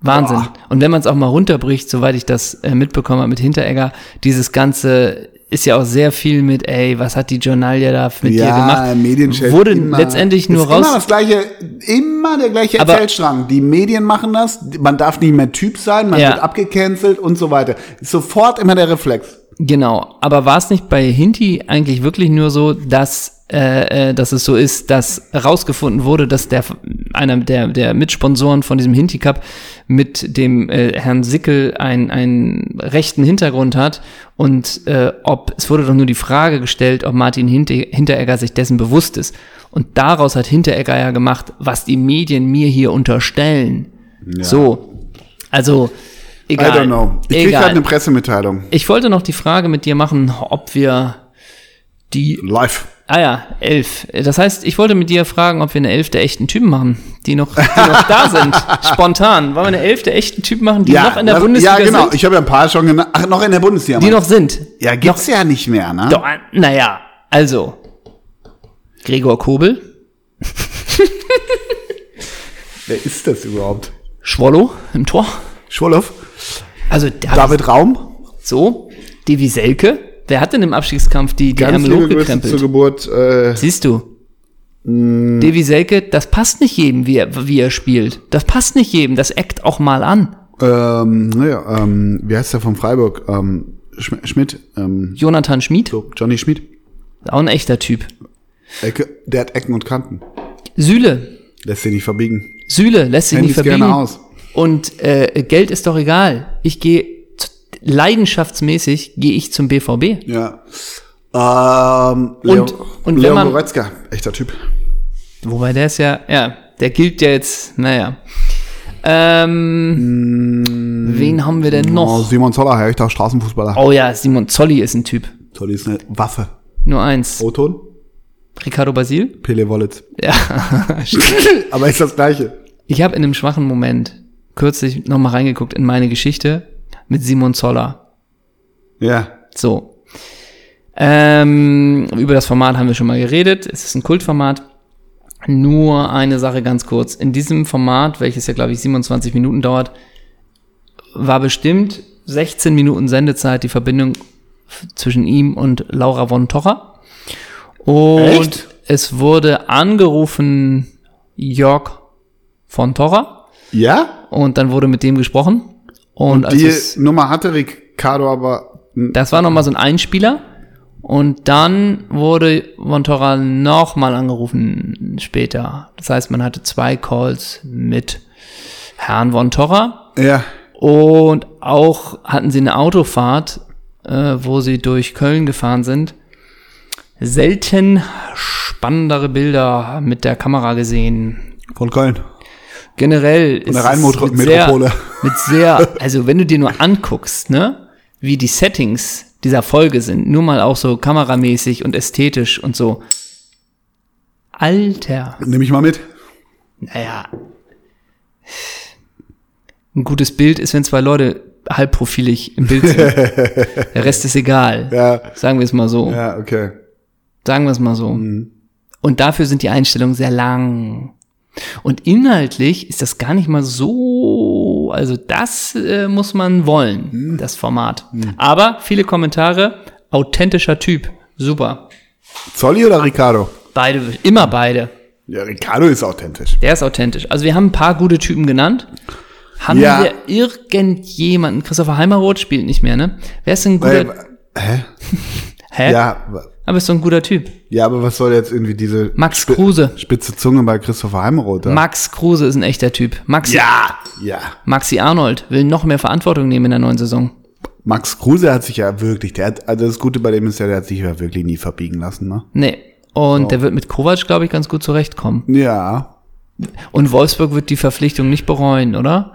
Wahnsinn.
Boah.
Und wenn man es auch mal runterbricht, soweit ich das äh, mitbekommen habe mit Hinteregger, dieses ganze ist ja auch sehr viel mit, ey, was hat die Journalia da mit dir gemacht?
Medienchef.
Wurde
immer.
letztendlich nur
ist
raus.
Immer das gleiche, immer der gleiche
Aber-
Erzählstrang. Die Medien machen das. Man darf nicht mehr Typ sein. Man
Ja.
wird abgecancelt und so weiter. Ist sofort immer der Reflex.
Genau, aber war es nicht bei Hinti eigentlich wirklich nur so, dass, äh, äh, dass es so ist, dass herausgefunden wurde, dass der einer der, der Mitsponsoren von diesem Hinti Cup mit dem äh, Herrn Sickel ein- einen rechten Hintergrund hat und äh, ob es wurde doch nur die Frage gestellt, ob Martin Hinte, Hinteregger sich dessen bewusst ist. Und daraus hat Hinteregger ja gemacht, was die Medien mir hier unterstellen. So. Also, egal.
I don't know. Ich krieg
egal.
gerade eine Pressemitteilung.
ich wollte noch die Frage mit dir machen, ob wir die.
Live.
Ah ja, elf. Das heißt, ich wollte mit dir fragen, ob wir eine elf der echten Typen machen, die noch, die noch da sind. Spontan. Wollen wir eine elf der echten Typen machen, die noch in der
lass-
Bundesliga
Ja, genau.
sind?
Ich habe ja ein paar schon genannt. Ach, noch in der Bundesliga.
Die
Mann.
noch sind.
ja, gibt's ja nicht mehr, ne?
Doch, naja, also. Gregor Kobel,
Wer ist das überhaupt?
Schwollo im Tor.
Schwolow?
Also da
David Raum?
so, Devi Selke. Wer hat denn im Abstiegskampf die, die Ärmel hochgekrempelt?
zur Geburt. Äh,
Siehst du?
Mm.
Devi Selke, das passt nicht jedem, wie er, wie er spielt. Das passt nicht jedem, das eckt auch mal an.
ähm, naja, ähm, wie heißt der von Freiburg? Ähm, Schm- Schmidt. Ähm,
Jonathan Schmid,
so, Johnny Schmidt.
auch ein echter Typ.
Ecke, der hat Ecken und Kanten.
Süle,
Lässt sich nicht verbiegen.
Süle, lässt sich
Händ
nicht
ich's gerne
verbiegen.
aus.
Und äh, Geld ist doch egal. Ich gehe zu- leidenschaftsmäßig gehe ich zum BVB.
Ja. Ähm, Leo,
Und- und wenn
Leo
man-
Goretzka, echter Typ.
Wobei der ist ja, ja, der gilt ja jetzt, naja. Ähm, wen haben wir denn
Oh,
noch?
Simon Zoller, echter Straßenfußballer.
Oh ja, Simon Zolli ist ein Typ.
Zoller ist eine Waffe.
Nur eins.
Oton?
Ricardo Basil?
Pele Wollitz.
Ja,
Aber ist das gleiche.
Ich habe in einem schwachen Moment kürzlich nochmal reingeguckt in meine Geschichte mit Simon Zoller.
Ja.
So. Ähm, über das Format haben wir schon mal geredet. Es ist ein Kultformat. Nur eine Sache ganz kurz. In diesem Format, welches ja, glaube ich, 27 Minuten dauert, war bestimmt 16 Minuten Sendezeit die Verbindung f- zwischen ihm und Laura von Tocher. Und
Echt?
es wurde angerufen Jörg von Tocher.
Ja?
Und dann wurde mit dem gesprochen. Und, als
Die
es,
Nummer hatte Ricardo aber.
das war nochmal so ein Einspieler. Und dann wurde Von Torra nochmal angerufen später. Das heißt, man hatte zwei Calls mit Herrn Von Torra.
Ja.
Und auch hatten sie eine Autofahrt, äh, wo sie durch Köln gefahren sind. Selten spannendere Bilder mit der Kamera gesehen.
Von Köln.
generell ist
der
es
Rheinmetro-
mit sehr,
Metropole.
mit sehr, also wenn du dir nur anguckst, ne, wie die Settings dieser Folge sind, nur mal auch so kameramäßig und ästhetisch und so. Alter,
Nehme ich mal mit.
naja. Ein gutes Bild ist, wenn zwei Leute halbprofilig im Bild sind. der Rest ist egal.
Ja.
Sagen wir es mal so.
Ja, okay.
Sagen wir es mal so.
Mhm.
Und dafür sind die Einstellungen sehr lang. Und inhaltlich ist das gar nicht mal so, also das äh, muss man wollen,
Mhm.
das Format. Aber viele Kommentare, authentischer Typ, super.
Zolli oder Ricardo?
Beide, immer beide.
Ja, Ricardo ist authentisch.
Der ist authentisch. Also wir haben ein paar gute Typen genannt. Haben
Ja.
wir irgendjemanden, Christopher Heimeroth spielt nicht mehr, ne? Wer ist denn ein guter,
Äh, hä?
hä?
Ja, wa-
Aber ist so ein guter Typ.
ja, aber was soll jetzt irgendwie diese
Max Kruse.
spitze Zunge bei Christopher Heimeroth? da?
Max Kruse ist ein echter Typ. Maxi
ja, ja.
Maxi Arnold will noch mehr Verantwortung nehmen in der neuen Saison.
Max Kruse hat sich ja wirklich, der hat, also das Gute bei dem ist ja, der hat sich ja wirklich nie verbiegen lassen, ne?
Nee. Und der wird mit Kovac, glaube ich, ganz gut zurechtkommen.
Ja.
Und Wolfsburg wird die Verpflichtung nicht bereuen, oder?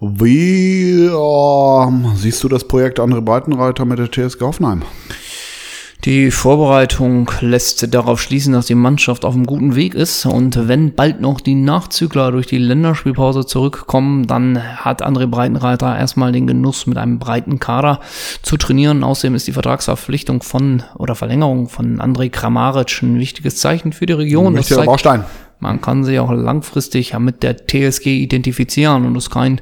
Wie ähm, siehst du das Projekt André Breitenreiter mit der TSG Hoffenheim?
Die Vorbereitung lässt darauf schließen, dass die Mannschaft auf einem guten Weg ist. Und wenn bald noch die Nachzügler durch die Länderspielpause zurückkommen, dann hat André Breitenreiter erstmal den Genuss, mit einem breiten Kader zu trainieren. Außerdem ist die Vertragsverpflichtung von oder Verlängerung von André Kramaric ein wichtiges Zeichen für die Region. Das
Wichtiger
zeigt-
Baustein.
Man kann sich auch langfristig ja mit der TSG identifizieren und ist kein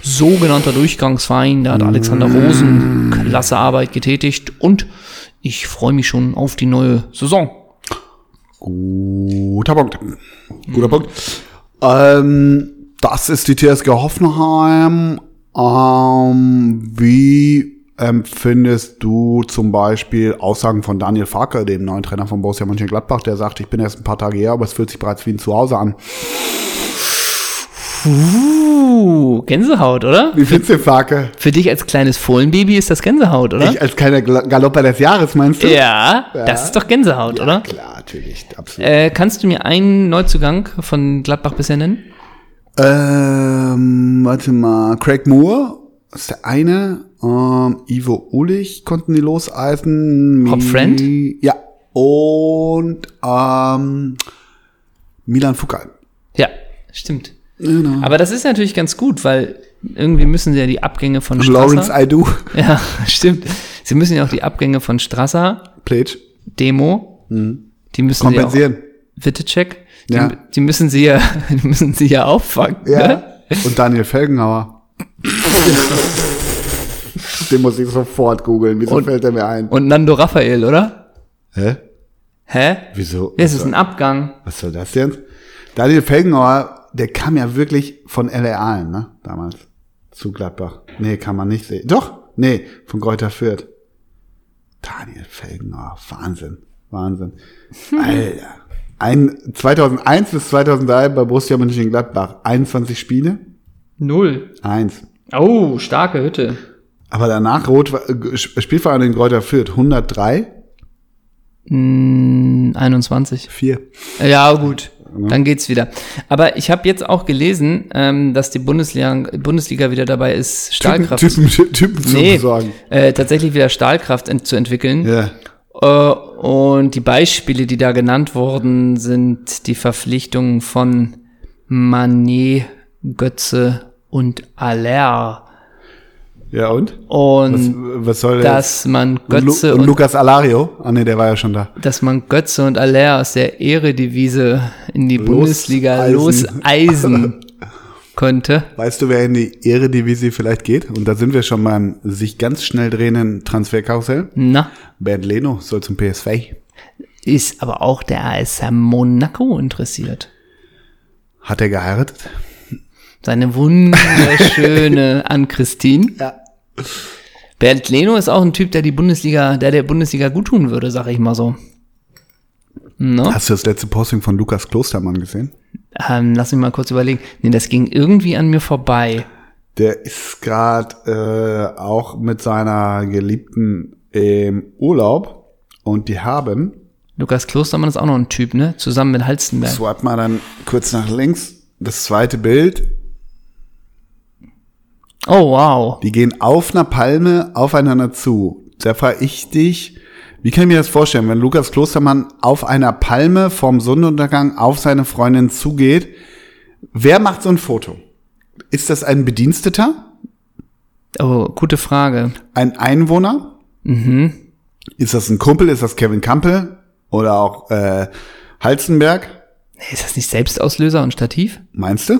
sogenannter Durchgangsverein. Da hat Alexander Rosen klasse Arbeit getätigt und ich freue mich schon auf die neue Saison.
Guter Punkt. Guter Punkt. Ähm, das ist die TSG Hoffenheim. Ähm, wie empfindest du zum Beispiel Aussagen von Daniel Farke, dem neuen Trainer von Borussia Mönchengladbach, der sagt, ich bin erst ein paar Tage her, aber es fühlt sich bereits wie ein Zuhause an.
Uh, Gänsehaut, oder?
Wie findest du Farke?
Für dich als kleines Fohlenbaby ist das Gänsehaut, oder?
Ich als kleiner Gla- Galopper des Jahres, meinst du?
ja, das ist doch Gänsehaut, oder?
Klar, natürlich, absolut.
Äh, kannst du mir einen Neuzugang von Gladbach bisher nennen?
Ähm, warte mal, Craig Moore ist der eine. Ähm, Ivo Ulich konnten die loseisen.
Hop
Mi-
Friend?
Ja. Und ähm, Milan Genau. Fukan.
Ja, stimmt. Aber das ist natürlich ganz gut, weil irgendwie müssen sie ja die Abgänge von
Lawrence
Strasser.
Aidu.
Ja, stimmt. Sie müssen ja auch die Abgänge von Strasser,
Plage.
Demo, die müssen sie auch,
Mhm. Kompensieren.
Wittecek, die,
Ja.
die müssen sie ja, die müssen sie ja auffangen. Ne?
Ja. Und Daniel Felgenhauer. Den muss ich sofort googeln. Wieso
Und-
fällt er mir ein?
Und Nando Raphael, oder?
Hä?
Hä?
Wieso?
Ja, es ist ein Abgang.
Was soll das denn? Daniel Felgenauer, der kam ja wirklich von LA Aalen, ne? Damals. Zu Gladbach. Nee, kann man nicht sehen. Doch, nee, von Greuther Fürth. Daniel Felgenauer, Wahnsinn. Wahnsinn. Alter. Ein, 2001 bis 2003 bei Borussia Mönchengladbach. 21 Spiele.
Null.
Eins.
Oh, starke Hütte.
Aber danach Rot, äh, Spielverein in Greuther Fürth. 103.
Mm, 21.
4.
Ja, gut. Dann geht's wieder. Aber ich habe jetzt auch gelesen, ähm, dass die Bundesliga, Bundesliga wieder dabei ist,
Typen,
Stahlkraft.
Typen, Typen zu
nee,
besorgen.
äh, tatsächlich wieder Stahlkraft ent zu entwickeln.
Ja.
Äh, und die Beispiele, die da genannt wurden, sind die Verpflichtungen von Manet, Götze und Aller.
Ja, und?
Und
Was soll
dass man
Und, Lu
Götze
und
und,
Lukas Alario. Ah nee, der war ja schon da.
dass man Götze und Aller aus der Ehredivise in die Bundesliga
Loseisen.
loseisen könnte.
Weißt du, wer in die Eredivisie vielleicht geht? Und da sind wir schon beim sich ganz schnell drehenden Transferkarussell.
Na,
Bernd Leno soll zum PSV.
ist aber auch der AS Monaco interessiert.
Hat er geheiratet?
Seine wunderschöne an Christine.
Ja.
Bernd Leno ist auch ein Typ, der die Bundesliga, der der Bundesliga gut tun würde, sag ich mal so. Ne?
Hast du das letzte Posting von Lukas Klostermann gesehen?
Ähm, lass mich mal kurz überlegen. Nee, das ging irgendwie an mir vorbei.
Der ist gerade äh, auch mit seiner Geliebten im Urlaub und die haben
Lukas Klostermann ist auch noch ein Typ, ne? Zusammen mit Halstenberg.
Swipe mal dann kurz nach links. Das zweite Bild.
Oh, wow.
Die gehen auf einer Palme aufeinander zu. Da frage ich dich, wie kann ich mir das vorstellen, wenn Lukas Klostermann auf einer Palme vorm Sonnenuntergang auf seine Freundin zugeht? Wer macht so ein Foto? Ist das ein Bediensteter?
Oh, gute Frage.
Ein Einwohner? Ist das ein Kumpel? Ist das Kevin Kampel? Oder auch äh, Halzenberg?
Ist das nicht Selbstauslöser und Stativ?
Meinst du?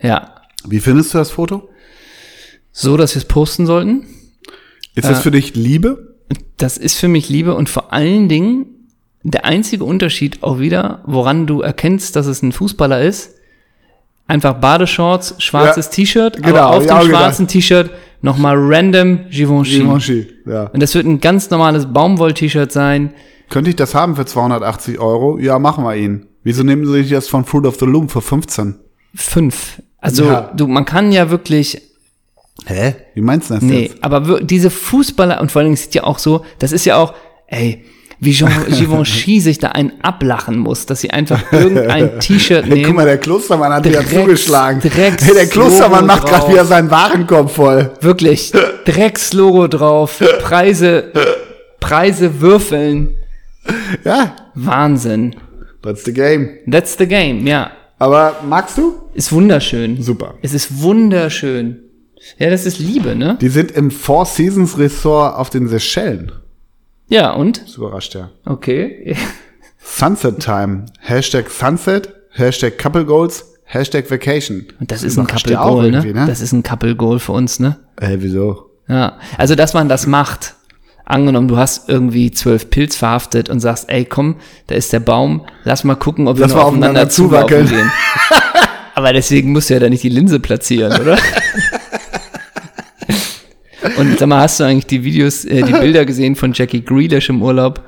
Ja.
Wie findest du das Foto?
So, dass wir es posten sollten?
Ist das für dich Liebe?
Das ist für mich Liebe und vor allen Dingen der einzige Unterschied auch wieder, woran du erkennst, dass es ein Fußballer ist. Einfach Badeshorts, schwarzes
Ja,
T-Shirt,
genau,
aber auf
ja,
dem
genau.
schwarzen T-Shirt nochmal random Givenchy.
Givenchy, ja.
Und das wird ein ganz normales Baumwoll-T-Shirt sein.
Könnte ich das haben für 280 Euro? Ja, machen wir ihn. Wieso nehmen Sie sich das von Fruit of the Loom für 15?
Fünf. Also,
Ja.
du, man kann ja wirklich
Hä? Wie meinst du das
Nee,
jetzt?
aber wir- diese Fußballer, und vor allen Dingen ist es ja auch so, das ist ja auch, ey, wie Jean Givenchy sich da einen ablachen muss, dass sie einfach irgendein T-Shirt
Hey, guck
nehmen.
mal, der Klostermann hat wieder
Drecks-
zugeschlagen.
Drecks-
Hey, der Klostermann
Logo
macht gerade
drauf.
wieder seinen Warenkorb voll.
Wirklich, Dreckslogo drauf, Preise, Preise würfeln.
Ja,
Wahnsinn.
that's the game.
That's the game, ja.
Aber magst du?
Ist wunderschön.
Super.
Es ist wunderschön. Ja, das ist Liebe, ne?
Die sind im Four Seasons Resort auf den Seychellen.
Ja, und?
Das überrascht ja.
Okay.
Sunset Time. Hashtag Sunset. Hashtag Couple Goals. Hashtag Vacation.
Und das ist ein
überrascht ja auch
Couple-Goal, ne?
irgendwie, ne?
Das ist ein Couple-Goal für uns, ne?
Hey, wieso?
Ja, also dass man das macht. Angenommen, du hast irgendwie zwölf Pilz verhaftet und sagst, ey, komm, da ist der Baum, lass mal gucken, ob wir
Lass
noch
mal
aufeinander
aufeinander zuwackeln.
zulaufen gehen. Aber deswegen musst du ja da nicht die Linse platzieren, oder? und sag mal, hast du eigentlich die Videos, äh, die Bilder gesehen von Jackie Grealish im Urlaub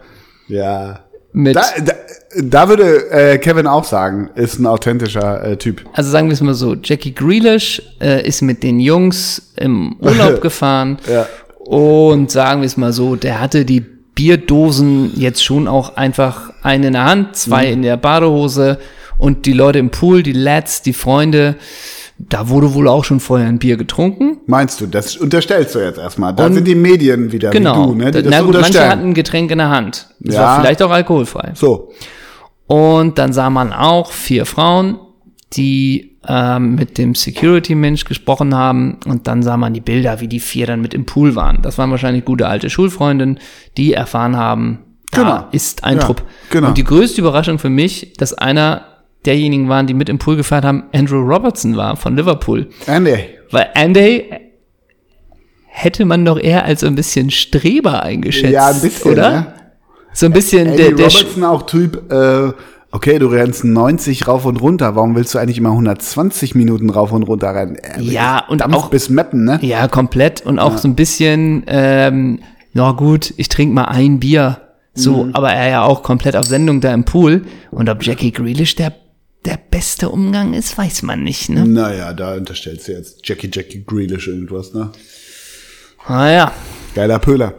Ja.
mit,
Da, da, da würde äh, Kevin auch sagen, ist ein authentischer äh, Typ.
also sagen wir es mal so, Jackie Grealish äh, ist mit den Jungs im Urlaub gefahren
Ja.
Und sagen wir es mal so, der hatte die
Mhm.
Bierdosen jetzt schon auch einfach eine in der Hand, zwei in der Badehose Und die Leute im Pool, die Lads, die Freunde, da wurde wohl auch schon vorher ein Bier getrunken.
Meinst du, das unterstellst du jetzt erstmal. Da
Und-
sind die Medien wieder
Genau.
wie du, ne, die das
Na gut, manche
unterstellen.
hatten ein Getränk in der Hand. Das
Ja.
war vielleicht auch alkoholfrei.
so,
Und dann sah man auch vier Frauen, die ähm, mit dem Security-Mensch gesprochen haben. Und dann sah man die Bilder, wie die vier dann mit im Pool waren. Das waren wahrscheinlich gute alte Schulfreundinnen, die erfahren haben, da
Genau.
ist ein
Ja,
Trupp.
genau.
Und die größte Überraschung für mich, dass einer derjenigen waren, die mit im Pool gefahren haben, Andrew Robertson war von Liverpool.
Andy.
Weil Andy hätte man doch eher als so ein bisschen Streber eingeschätzt,
Ja, ein bisschen,
oder?
ne?
So ein bisschen
Andy
der, der Sch-
Robertson auch Typ, äh, okay, du rennst 90 rauf und runter, warum willst du eigentlich immer 120 Minuten rauf und runter rennen? Äh,
Ja, und
Dampf
auch-
bis Mappen, ne?
Ja, komplett und auch so ein bisschen, ähm, na gut, ich trinke mal ein Bier. So,
Mhm.
aber er ja auch komplett auf Sendung da im Pool. Und ob Jackie Grealish der, der beste Umgang ist, weiß man nicht, ne?
Naja, da unterstellst du jetzt Jackie Jackie Grealish irgendwas, ne?
Naja,
Geiler Pöhler.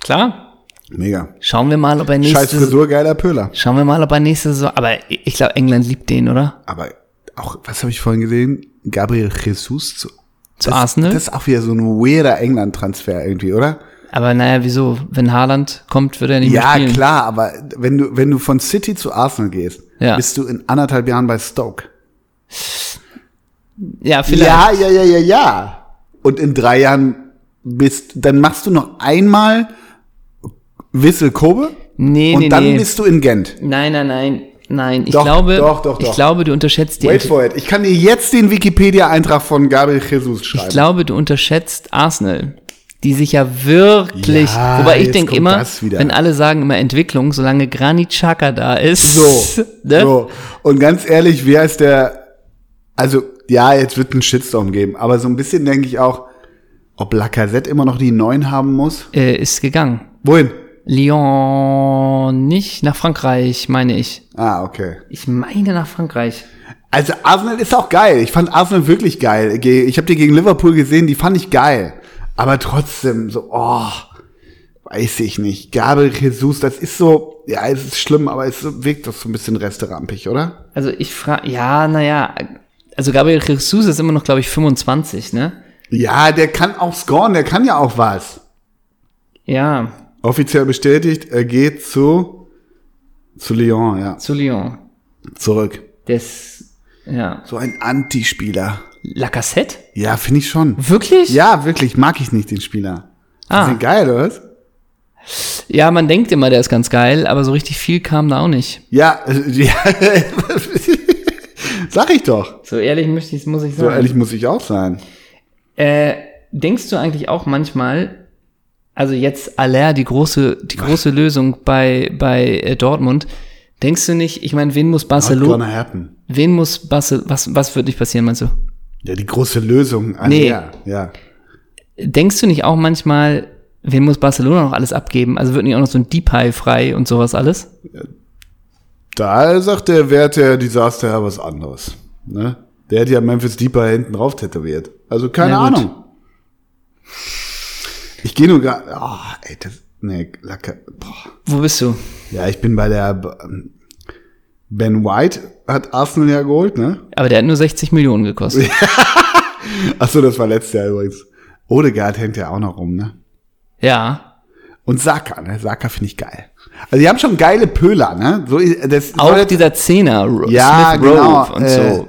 klar.
Mega.
Schauen wir mal, ob er
Scheiß
nächstes.
Frisur, geiler Pöhler.
Schauen wir mal, ob er nächstes so. Aber ich ich glaube, England liebt den, oder?
Aber auch, was habe ich vorhin gesehen? Gabriel Jesus zu,
Zu Arsenal.
Das ist auch wieder so ein weirder England-Transfer irgendwie, oder?
aber naja, wieso? Wenn Haaland kommt, wird er nicht
Ja,
mehr spielen.
klar, aber wenn du, wenn du von City zu Arsenal gehst,
Ja.
bist du in anderthalb Jahren bei Stoke.
Ja, vielleicht.
Ja, ja, ja, ja, ja. Und in drei Jahren bist, dann machst du noch einmal Wissel Kobe
Nee,
und
nee,
dann
nee.
bist du in Gent.
Nein, nein, nein. Nein, ich
Doch,
glaube,
doch, doch,
ich
doch.
glaube, du unterschätzt die
Wait for it. Ich kann dir jetzt den Wikipedia-Eintrag von Gabriel Jesus schreiben.
Ich glaube, du unterschätzt Arsenal, die sich ja wirklich,
Ja,
wobei ich
jetzt
denke
kommt
immer,
das wieder.
wenn alle sagen immer Entwicklung, solange Granit Xhaka da ist,
So,
ne?
so. Und ganz ehrlich, wer ist der, also, ja, jetzt wird ein Shitstorm geben, aber so ein bisschen denke ich auch, ob Lacazette immer noch die neun haben muss?
Äh, ist gegangen.
Wohin?
Lyon nicht nach Frankreich, meine ich.
Ah, okay.
Ich meine nach Frankreich.
Also Arsenal ist auch geil. Ich fand Arsenal wirklich geil. Ge- Ich habe die gegen Liverpool gesehen, die fand ich geil. Aber trotzdem, so, oh, weiß ich nicht. Gabriel Jesus, das ist so, ja, es ist schlimm, aber es wirkt doch so ein bisschen resterampig, oder?
Also ich frage, ja, naja, also Gabriel Jesus ist immer noch, glaube ich, 25, ne?
Ja, der kann auch scoren, der kann ja auch was.
Ja,
Offiziell bestätigt, er geht zu, zu Lyon, ja,
zu Lyon.
zurück.
Das, ja.
So ein Antispieler.
Lacassette?
Ja, finde ich schon.
Wirklich?
Ja, wirklich, mag ich nicht den Spieler.
Ah.
Ah. Sind geil, oder? was?
Ja, man denkt immer, der ist ganz geil, aber so richtig viel kam da auch nicht.
Ja, äh, ja. sag ich doch.
So ehrlich möchte ich, muss ich
So
sagen.
ehrlich muss ich auch sein.
äh, denkst du eigentlich auch manchmal, also jetzt Aller, die große, die große Lösung bei, bei äh, Dortmund, denkst du nicht, ich meine, wen muss
Not
Barcelona,
gonna happen.
wen muss Barcelona, was, was wird nicht passieren, meinst du?
Ja, die große Lösung. Ah,
Nee.
Ja, ja.
Denkst du nicht auch manchmal, wen muss Barcelona noch alles abgeben? Also wird nicht auch noch so ein Deepay frei und sowas alles?
Da sagt der Wert der Desaster ja was anderes. Ne? Der hat ja Memphis Deeper hinten drauf tätowiert. Also keine
Na gut.
Ahnung. Ich gehe nur gar. Ah, ey, das. Nee, Lacke. Boah.
Wo bist du?
Ja, ich bin bei der. ähm, Ben White hat Arsenal ja geholt, ne?
Aber der hat nur 60 Millionen gekostet.
Ach so, das war letztes Jahr übrigens. Odegaard hängt ja auch noch rum, ne?
ja.
Und Saka, ne? Saka finde ich geil. Also die haben schon geile Pöler, ne? So, äh, das
Auch dieser Zehner,
Ja,
Smith Rowe
genau,
und
äh,
so.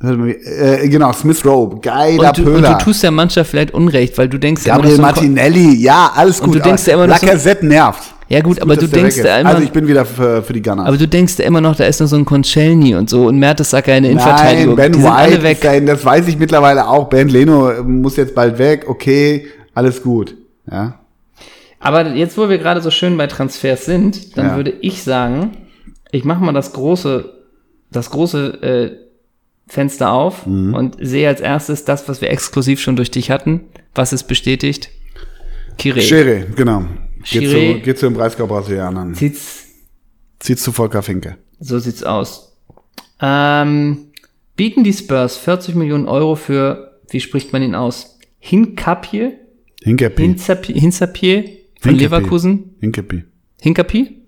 Warte mal, äh, genau, Smith Rowe, geiler
Und du, und
Pöler.
du tust der Mannschaft vielleicht Unrecht, weil du denkst ja immer noch
Gabriel
so ein Ko-
Martinelli, ja, alles gut.
du denkst ja immer noch so-
Lacazette nervt.
Ja gut, aber
Gut,
du
dass der
denkst
weg ist.
ja immer,
Also ich bin wieder für, für die Gunner.
aber du denkst ja immer noch, da ist noch so ein Conchelny und so und Mertesacker in der Innenverteidigung.
Nein, Ben
die sind alle
White,
weg.
ist dahin, das weiß ich mittlerweile auch. Ben Leno äh, muss jetzt bald weg, okay, alles gut. Ja.
Aber jetzt, wo wir gerade so schön bei Transfers sind, dann
Ja.
würde ich sagen, ich mache mal das große, das große äh, Fenster auf
Mhm.
und sehe als erstes das, was wir exklusiv schon durch dich hatten, was ist bestätigt. Kire.
Schere, genau. Geht
Schiri.
zu, geht zu den Breisgau Brasilianern.
Sieht's,
Zieht zu Volker Finke.
so sieht's aus. Ähm, bieten die Spurs 40 Millionen Euro für, wie spricht man ihn aus? Hinkapie?
Hinkepi.
Hinzapi- Hinzapier von
Hinkapie.
Leverkusen.
Hinkepi.
Hinkapi?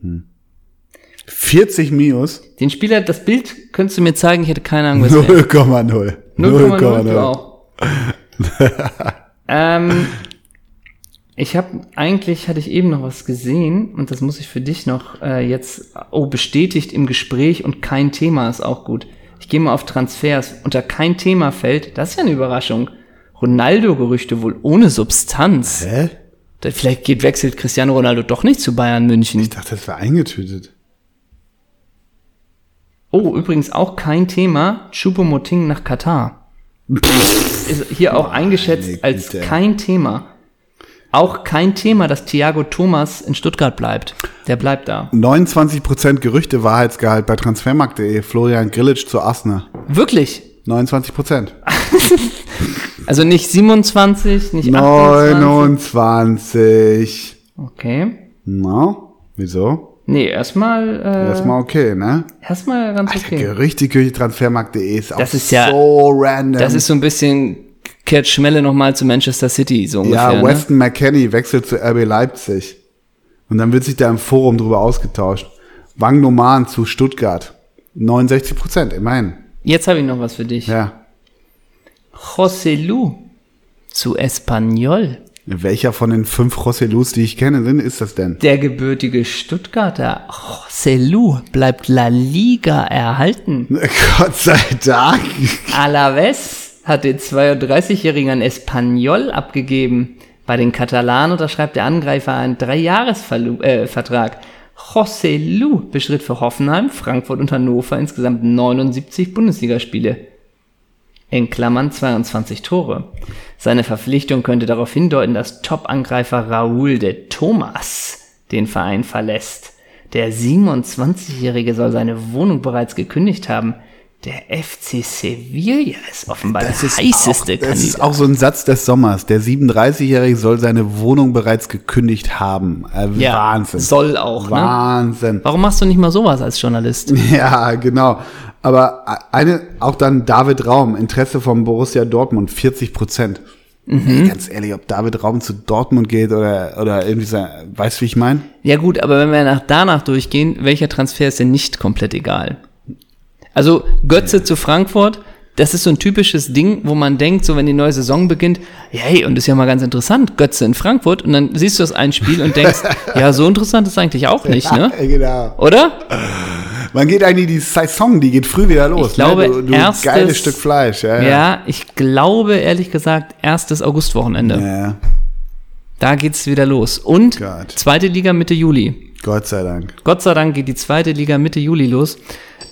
40 Minus.
Den Spieler, das Bild könntest du mir zeigen, ich hätte keine Ahnung, was der
0,0.
0,0 du auch. ähm, ich habe eigentlich hatte ich eben noch was gesehen und das muss ich für dich noch äh, jetzt oh bestätigt im Gespräch und kein Thema ist auch gut. Ich gehe mal auf Transfers unter kein Thema fällt. Das ist ja eine Überraschung. Ronaldo Gerüchte wohl ohne Substanz.
Hä?
Da- Vielleicht geht wechselt Cristiano Ronaldo doch nicht zu Bayern München.
Ich dachte, das wäre eingetütet.
Oh, übrigens auch kein Thema Choupo-Moting nach Katar. ist hier auch eingeschätzt
Meine
als
Güte.
kein Thema. Auch kein Thema, dass Thiago Thomas in Stuttgart bleibt. Der bleibt da.
29% Gerüchte Wahrheitsgehalt bei transfermarkt.de. Florian Grillitsch zu Asner.
Wirklich?
29%.
Also nicht 27, nicht 28.
29.
Okay.
Na, wieso?
Nee, erstmal äh,
Das ist mal okay, ne?
erstmal ganz
Okay.
okay.
Gerüchteküche transfermarkt.de ist auch
Das ist ja-
so random.
Das ist so ein bisschen kehrt Schmelle nochmal zu Manchester City, so ungefähr.
ja,
ne?
Weston McKenney wechselt zu RB Leipzig. Und dann wird sich da im Forum drüber ausgetauscht. Wang Noman zu Stuttgart. 69 Prozent, immerhin.
Jetzt habe ich noch was für dich.
Ja.
José Lu zu Espanyol.
Welcher von den fünf Rosselus, die ich kenne, sind, ist das denn?
Der gebürtige Stuttgarter José Lu bleibt La Liga erhalten.
Gott sei Dank.
Alaves hat den 32-Jährigen an Espanyol abgegeben. Bei den Katalanen unterschreibt der Angreifer einen Dreijahresvertrag. José Lu bestritt für Hoffenheim, Frankfurt und Hannover insgesamt 79 Bundesligaspiele. In Klammern 22 Tore. Seine Verpflichtung könnte darauf hindeuten, dass Top-Angreifer Raúl de Thomas den Verein verlässt. Der 27-Jährige soll seine Wohnung bereits gekündigt haben. Der FC Sevilla ist offenbar der heißeste
auch, das ist
Kandidat.
auch so ein Satz des Sommers. Der 37-Jährige soll seine Wohnung bereits gekündigt haben. Äh, Wahnsinn.
Soll auch, ne?
Wahnsinn.
Warum machst du nicht mal sowas als Journalist?
Ja, genau. Aber eine, auch dann David Raum, Interesse von Borussia Dortmund, 40 Prozent.
Mhm.
Ey, ganz ehrlich, ob David Raum zu Dortmund geht oder, oder irgendwie so, weißt du, wie ich meine?
Ja gut, aber wenn wir nach danach durchgehen, welcher Transfer ist denn nicht komplett egal? Also Götze zu Frankfurt, das ist so ein typisches Ding, wo man denkt, so wenn die neue Saison beginnt, hey, und ist ja mal ganz interessant, Götze in Frankfurt, und dann siehst du das ein Spiel und denkst, ja, so interessant ist eigentlich auch nicht, ne?
genau.
Oder?
Man geht eigentlich die Saison, die geht früh wieder los.
Ich glaube,
ne? du, du
erstes-
geiles Stück Fleisch. Ja, ja.
Ja, ich glaube ehrlich gesagt, erstes Augustwochenende.
ja.
Da geht's wieder los. Und
Gott.
zweite Liga Mitte Juli.
Gott sei Dank.
Gott sei Dank geht die zweite Liga Mitte Juli los.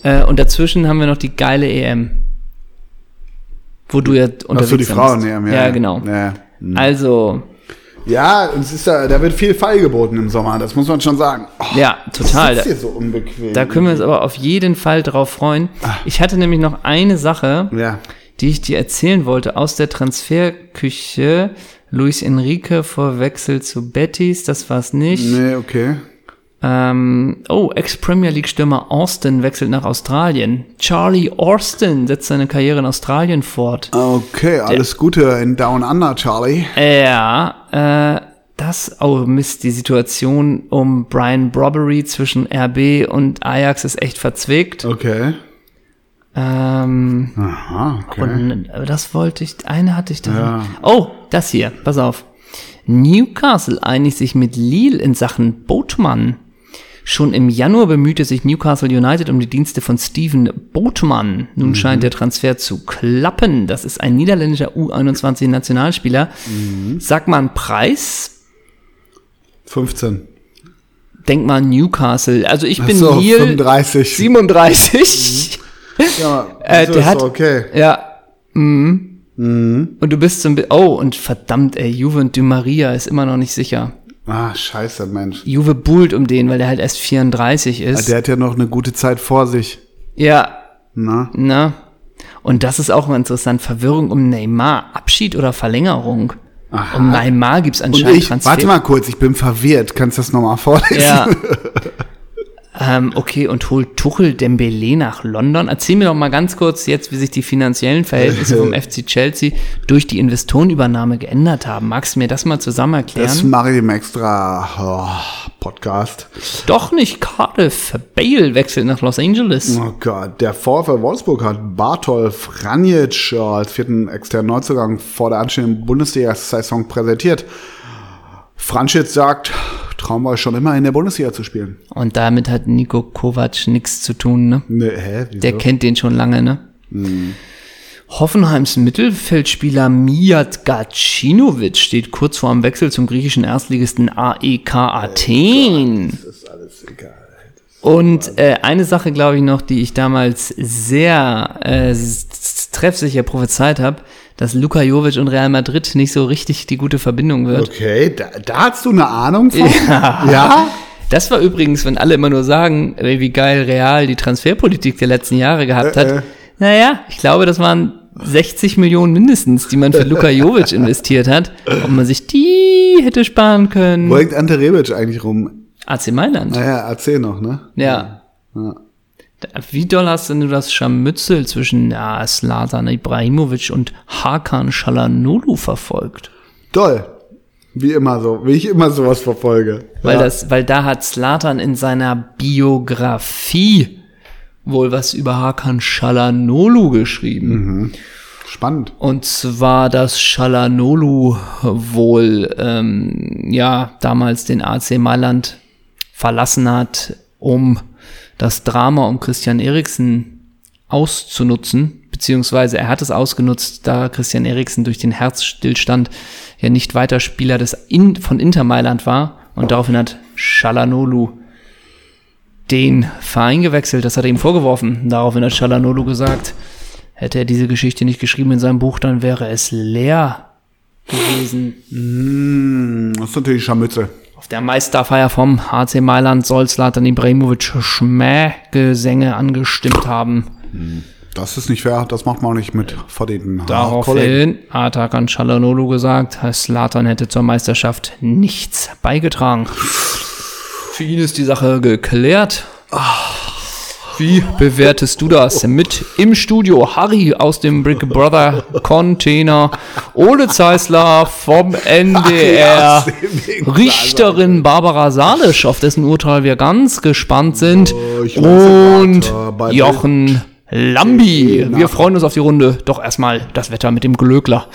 Äh, und dazwischen haben wir noch die geile EM. Wo du ja unterwegs
Achso, die
sein
Frauen, E
bist.
ja,
ja, genau.
Ja, Mhm.
Also,
ja und es ist da, da wird viel Fall geboten im Sommer, das muss man schon sagen. Oh,
ja, total.
Das
Da,
ist hier so unbequem.
da können wir uns aber auf jeden Fall drauf freuen.
Ah.
Ich hatte nämlich noch eine Sache,
ja.
die ich dir erzählen wollte aus der Transferküche. Luis Enrique vor Wechsel zu Betis, das war's nicht.
Nee, okay.
Ähm, oh, Ex-Premier League-Stürmer Austin wechselt nach Australien. Charlie Austin setzt seine Karriere in Australien fort.
Okay, alles Gute in Down Under, Charlie.
Ja, äh, das, oh Mist, die Situation um Brian Brobbery zwischen RB und Ajax ist echt verzwickt.
Okay.
Ähm,
Aha, okay.
und aber das wollte ich, eine hatte ich da.
Ja.
Oh, das hier, pass auf. Newcastle einigt sich mit Lille in Sachen Bootmann. Schon im Januar bemühte sich Newcastle United um die Dienste von Steven Bootmann. Nun
Mhm.
scheint der Transfer zu klappen. Das ist ein niederländischer U21-Nationalspieler.
Mhm.
Sag mal einen Preis,
15.
denk mal an Newcastle. Also ich bin
so, Mhm.
hier
35.
37.
ja,
Äh,
so
der
ist
hat-
so okay.
ja. Mhm. Und du bist so ein bisschen, oh, und verdammt, ey, Juve und Di Maria ist immer noch nicht sicher.
Ah, scheiße, Mensch.
Juve buhlt um den, weil der halt erst 34 ist.
Ah, Der hat ja noch eine gute Zeit vor sich.
ja,
Na?
ne? Und das ist auch mal interessant. Verwirrung um Neymar. Abschied oder Verlängerung?
Aha.
Um Neymar gibt's
Und
anscheinend
ich, warte mal kurz, ich bin verwirrt. Kannst du das nochmal vorlesen?
Ja. Ähm, okay, und holt Tuchel Dembele nach London. Erzähl mir doch mal ganz kurz jetzt, wie sich die finanziellen Verhältnisse vom FC Chelsea durch die Investorenübernahme geändert haben. Magst du mir das mal zusammen erklären?
Das mache ich im extra oh, Podcast.
doch nicht Cardiff. Bale wechselt nach Los Angeles.
Oh Gott, der VfL Wolfsburg hat Bartol Franjic äh, als vierten externen Neuzugang vor der anstehenden Bundesliga-Saison präsentiert. Franjic sagt, Traum war es schon immer in der Bundesliga zu spielen.
Und damit hat Nico Kovac nichts zu tun, ne?
Nee, hä? Wieso?
Der kennt den schon lange, ne? Hoffenheims Mittelfeldspieler Mijat Gacinovic steht kurz vor einem Wechsel zum griechischen Erstligisten AEK Athen.
ist alles egal.
Und äh, eine Sache, glaube ich, noch, die ich damals sehr äh, s- s- treffsicher prophezeit habe, dass Luka Jovic und Real Madrid nicht so richtig die gute Verbindung wird.
Okay, da, da hast du eine Ahnung von? Ja.
Das war übrigens, wenn alle immer nur sagen, ey, wie geil Real die Transferpolitik der letzten Jahre gehabt hat.
Äh, äh.
Naja, ich glaube, das waren 60 Millionen mindestens, die man für Luka Jovic investiert hat. Ob man sich die hätte sparen können.
Wo hängt Ante Rebic eigentlich rum?
AC Mailand.
Naja, AC noch, ne?
Ja. Da- Wie doll hast denn du das Scharmützel zwischen ja, Slatan Ibrahimovic und Hakan Shalanolu verfolgt?
Toll. Wie immer so, wie ich immer sowas verfolge.
Weil,
ja.
das, weil da hat Slatan in seiner Biografie wohl was über Hakan Shalanolu geschrieben.
Spannend.
Und zwar, dass Shalanolu wohl ähm, ja damals den AC Mailand verlassen hat, um das Drama um Christian Eriksen auszunutzen, beziehungsweise er hat es ausgenutzt, da Christian Eriksen durch den Herzstillstand ja nicht weiter Spieler des In von Inter Mailand war und daraufhin hat Shalanolu den Verein gewechselt, das hat er ihm vorgeworfen. Daraufhin hat Shalanolu gesagt, Hätte er diese Geschichte nicht geschrieben in seinem Buch, dann wäre es leer gewesen.
Das ist natürlich Scharmütze.
Auf der Meisterfeier vom HC Mailand soll Zlatan Ibrahimovic Schmähgesänge angestimmt haben.
Das ist nicht fair, das macht man auch nicht mit verdienten Kollegen.
Daraufhin hat Hakan Çalhanoğlu gesagt, Zlatan hätte zur Meisterschaft nichts beigetragen. Für ihn ist die Sache geklärt. Wie bewertest du das? Mit im Studio Harry aus dem Brick Brother Container, Ole Zeisler vom NDR,
aus dem Brick
Richterin Barbara Salisch, auf dessen Urteil wir ganz gespannt sind,
Oh, ich weiß
und
nicht, Alter, äh, bei Äh, Bild.
Jochen Lambi.
Nach-
Wir freuen uns auf die Runde. Doch erstmal das Wetter mit dem Glöckler.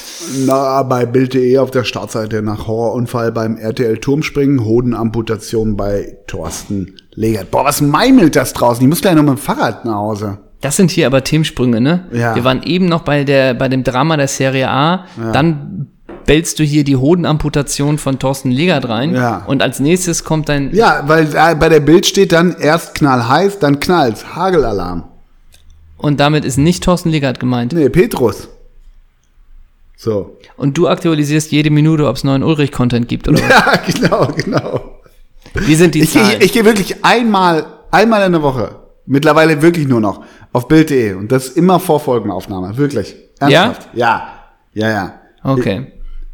Na, bei Bild.de auf der Startseite nach Horrorunfall beim RTL Turmspringen, Hodenamputation bei Thorsten Legert. Boah, was meimelt das draußen? Ich muss gleich noch mit dem Fahrrad nach Hause.
Das sind hier aber Themensprünge, ne?
Ja.
Wir waren eben noch bei der bei dem Drama der Serie A. Dann bellst du hier die Hodenamputation von Thorsten Legert rein.
Ja.
Und als nächstes kommt dein.
Ja, weil äh, bei der Bild steht dann erst knallheiß, dann knallt's. Hagelalarm.
Und damit ist nicht Thorsten Legert gemeint.
Nee, Petrus. So.
Und du aktualisierst jede Minute, ob es neuen Ulrich-Content gibt oder
Ja, genau, genau.
was. Wie sind die
Ich,
Zahlen?
ich, ich gehe wirklich einmal, einmal in der Woche, mittlerweile wirklich nur noch, auf Bild.de und das ist immer vor Folgenaufnahme, wirklich. Ja. Ja, ja.
okay.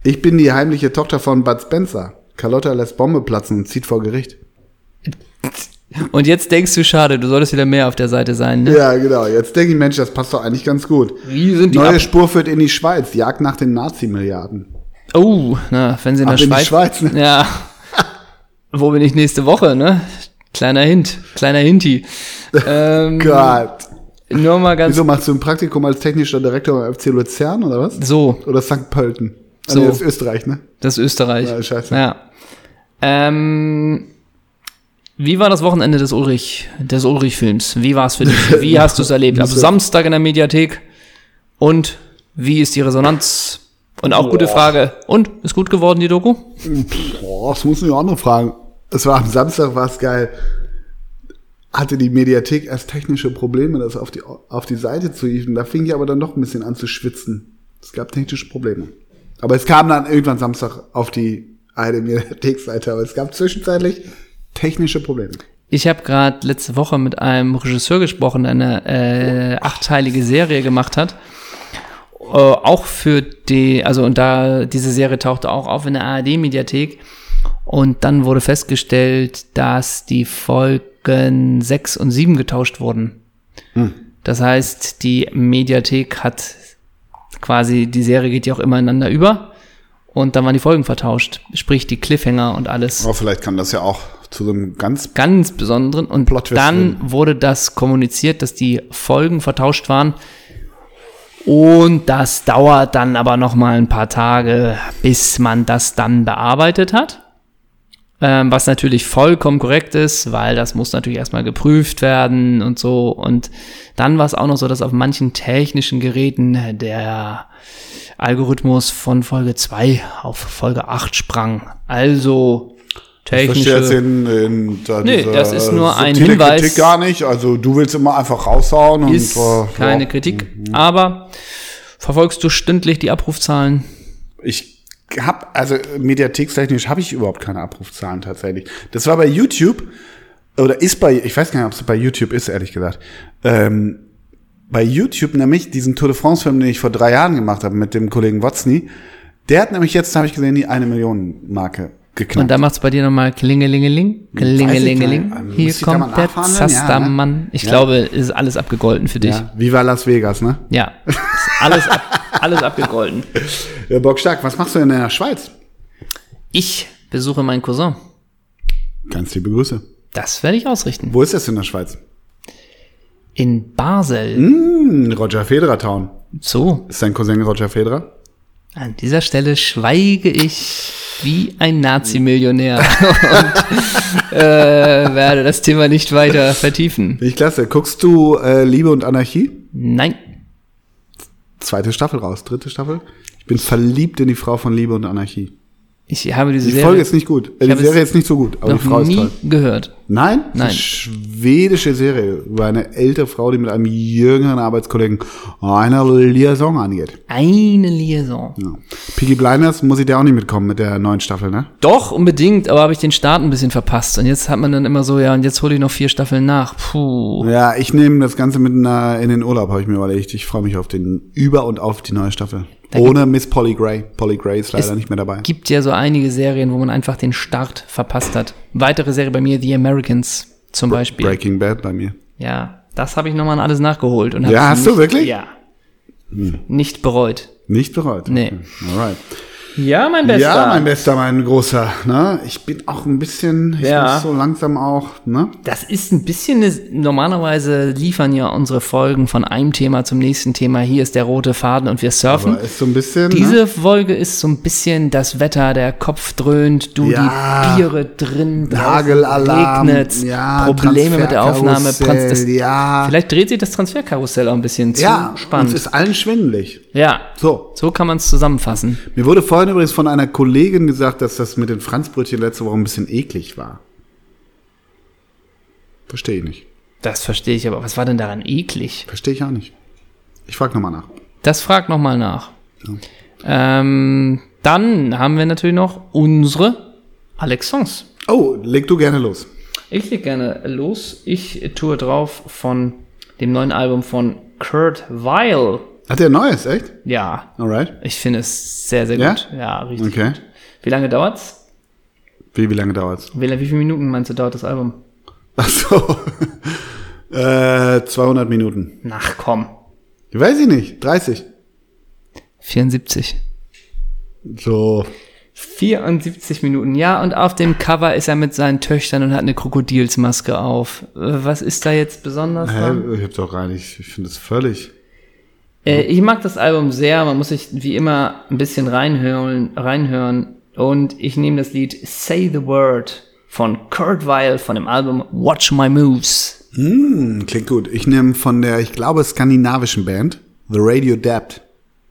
Ich bin die heimliche Tochter von Bud Spencer. Carlotta lässt Bombe platzen und zieht vor Gericht.
Und jetzt denkst du, schade, du solltest wieder mehr auf der Seite sein, ne?
Ja, genau. Jetzt denke ich, Mensch, das passt doch eigentlich ganz gut.
Wie sind die
Neue
ab-
Spur führt in die Schweiz. Jagd nach den Nazi-Milliarden.
Oh, na, wenn sie in der
Ab in die
Schweiz.
Schweiz, ne?
Ja. Wo bin ich nächste Woche, ne? Kleiner Hint, kleiner Hinti. Ähm,
Gott.
nur mal ganz
Wieso machst du ein Praktikum als technischer Direktor beim FC Luzern oder was?
so,
Oder St. Pölten?
So.
Also nee, das ist Österreich, ne?
das ist Österreich.
Ja, scheiße.
Ja. Ähm, wie war das Wochenende des Ulrich, des Ulrich-Films? Wie war es für dich? Wie hast du es erlebt? Also Samstag in der Mediathek. Und wie ist die Resonanz? Und auch gute
Boah.
Frage. Und ist gut geworden die Doku?
Boah, das muss ich auch andere fragen. Es war am Samstag, war es geil. Hatte die Mediathek erst technische Probleme, das auf die, auf die Seite zu hieven. Da fing ich aber dann doch ein bisschen an zu schwitzen. Es gab technische Probleme. Aber es kam dann irgendwann Samstag auf die eine Mediathek-Seite. Aber es gab zwischenzeitlich technische Probleme.
Ich habe gerade letzte Woche mit einem Regisseur gesprochen, der eine äh, achteilige Serie gemacht hat. Äh, auch für die, also und da diese Serie tauchte auch auf in der ARD-Mediathek. Und dann wurde festgestellt, dass die Folge Folgen 6 und 7 getauscht wurden. Das heißt, die Mediathek hat quasi, die Serie geht ja auch immer ineinander über. Und dann waren die Folgen vertauscht. Sprich, die Cliffhanger und alles.
Aber vielleicht kann das ja auch zu so einem ganz
Ganz besonderen. Und
Plot-Twist hm.
dann wurde das kommuniziert, dass die Folgen vertauscht waren. Und das dauert dann aber noch mal ein paar Tage, bis man das dann bearbeitet hat. Ähm, was natürlich vollkommen korrekt ist, weil das muss natürlich erstmal geprüft werden und so. Und dann war es auch noch so, dass auf manchen technischen Geräten der Algorithmus von Folge 2 auf Folge 8 sprang. Also
Ich verstehe jetzt
technische.
den, den, da
Nee,
diese
das ist nur ein
subtile
Hinweis.
Kritik gar nicht. Also du willst immer einfach raushauen
Ist
und äh,
keine
ja.
Kritik. Aber verfolgst du stündlich die Abrufzahlen?
Ich habe also mediathekstechnisch habe ich überhaupt keine Abrufzahlen tatsächlich. Das war bei YouTube oder ist bei ich weiß gar nicht, ob es bei YouTube ist ehrlich gesagt. Ähm, bei YouTube nämlich diesen Tour de France Film, den ich vor drei Jahren gemacht habe mit dem Kollegen Wotzny, der hat nämlich jetzt habe ich gesehen die eine Millionen Marke geknackt.
Und da macht's bei dir nochmal Klingelingeling, Klingelingeling.
Weiß ich nicht.
Hier
Muss ich da mal
kommt der
nachverhandeln? Ja, ne?
Zastermann. Ich
Ja.
glaube, ist alles abgegolten für dich.
ja, Viva Las Vegas, ne?
Ja, ist alles, ab, alles abgegolten.
Ja, Äh, Bock stark. Was machst du denn in der Schweiz?
Ich besuche meinen Cousin.
Ganz liebe Grüße.
Das werde ich ausrichten.
Wo ist das in der Schweiz?
In Basel.
Hm, Roger Federer Town.
So,
Ist dein Cousin Roger Federer?
an dieser Stelle schweige ich wie ein Nazi-Millionär und äh, werde das Thema nicht weiter vertiefen.
Finde ich klasse. Guckst du äh, Liebe und Anarchie?
Nein,
Zweite Staffel raus, dritte Staffel. Ich bin verliebt in die Frau von Liebe und Anarchie.
ich habe diese
Die
Serie
Folge ist nicht gut.
Ich
Äh, die
habe es
Serie ist nicht so gut, aber die Frau
noch
ist
nie
toll.
gehört.
Nein?
Nein.
Die schwedische Serie über eine ältere Frau, die mit einem jüngeren Arbeitskollegen eine Liaison angeht.
Eine Liaison.
Ja. Piggy Blinders muss ich da auch nicht mitkommen mit der neuen Staffel, ne?
Doch, unbedingt, aber habe ich den Start ein bisschen verpasst. Und jetzt hat man dann immer so, ja, und jetzt hole ich noch vier Staffeln nach. Puh.
Ja, ich nehme das Ganze mit einer, in den Urlaub, habe ich mir überlegt. Ich freue mich auf den über und auf die neue Staffel. Ohne Miss Polly Gray. Polly Gray ist leider
Es
nicht mehr dabei.
Gibt ja so einige Serien, wo man einfach den Start verpasst hat. Weitere Serie bei mir, The Americans zum Beispiel.
Breaking Bad bei mir.
Ja, das habe ich nochmal alles nachgeholt. Und
Ja,
hab's
hast du Hm. wirklich?
Ja. Nicht bereut.
Nicht bereut.
Nee.
Okay. Alright.
Ja, mein
Ja, mein Bester, mein Großer. Ne? Ich bin auch ein bisschen, ich
Ja.
muss so langsam auch. Ne?
das ist ein bisschen, eine, normalerweise liefern ja unsere Folgen von einem Thema zum nächsten Thema. Hier ist der rote Faden und wir surfen.
Aber ist so ein bisschen. ne?
Hm. Diese Folge ist so ein bisschen das Wetter, der Kopf dröhnt, du
Ja.
die Biere drin, draußen
Nagelalarm.
regnet's,
ja,
Probleme mit der Aufnahme. Franz,
Transferkarussell,
das,
ja.
Vielleicht dreht sich das Transferkarussell auch ein bisschen zu
ja, uns
spannend.
ist allen schwindelig.
ja,
So,
so kann man es zusammenfassen.
Mir wurde vorhin übrigens von einer Kollegin gesagt, dass das mit den Franzbrötchen letzte Woche ein bisschen eklig war. Verstehe ich nicht.
Das verstehe ich aber. Was war denn daran eklig?
Verstehe ich auch nicht. Ich frage nochmal nach.
Das fragt nochmal nach. Ähm, dann haben wir natürlich noch unsere Alexons.
Oh, leg du gerne los.
Ich leg gerne los. Ich tue drauf von dem neuen Album von Kurt Weil.
Hat der Neues, echt?
Ja,
Alright.
ich finde es sehr, sehr
Ja?
gut. Ja, richtig.
Okay.
Wie lange dauert's?
Wie, wie lange dauert's?
Wie, wie viele Minuten meinst du, dauert das Album?
Ach so. äh, 200 Minuten.
Nach komm.
Weiß ich nicht. 30.
74.
So.
74 Minuten, ja, und auf dem Cover ist er mit seinen Töchtern und hat eine Krokodilsmaske auf. Äh, Was ist da jetzt besonders? dran?
Hä? Ich hab doch gar nicht. Ich finde es völlig.
Äh, ich mag das Album sehr, man muss sich wie immer ein bisschen reinhören, reinhören. und ich nehme das Lied Say the Word von Kurt Weil von dem Album Watch My Moves.
Hm, klingt gut. Ich nehme von der, ich glaube, skandinavischen Band, The Radio Dapt.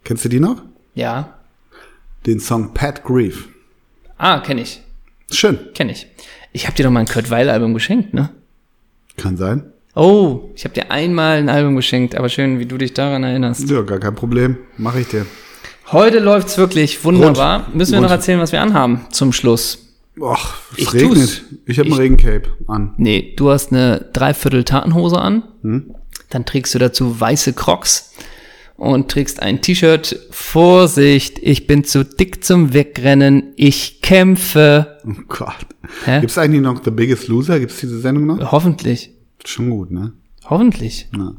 Kennst du die noch?
Ja.
den Song Pat Grief.
Ah, kenne ich,
Schön.
kenne ich. Ich habe dir doch mal ein Kurt Weil Album geschenkt, ne?
Kann sein.
Oh, ich habe dir einmal ein Album geschenkt, aber schön, wie du dich daran erinnerst.
Ja, gar kein Problem. Mache ich dir.
Heute läuft's wirklich wunderbar.
Rund.
Müssen wir
Rund.
noch erzählen, was wir anhaben zum Schluss?
Och, es
Ich
regnet.
tu's.
Ich habe ein Regencape an.
Nee, du
Hm.
hast eine Dreiviertel Tartenhose an. Dann trägst du dazu weiße Crocs und trägst ein T-Shirt. Vorsicht, ich bin zu dick zum Wegrennen. Ich kämpfe.
Oh Gott.
Hä?
Gibt es eigentlich noch The Biggest Loser? Gibt es diese Sendung noch?
Hoffentlich.
Schon gut, ne?
Hoffentlich.
Ja.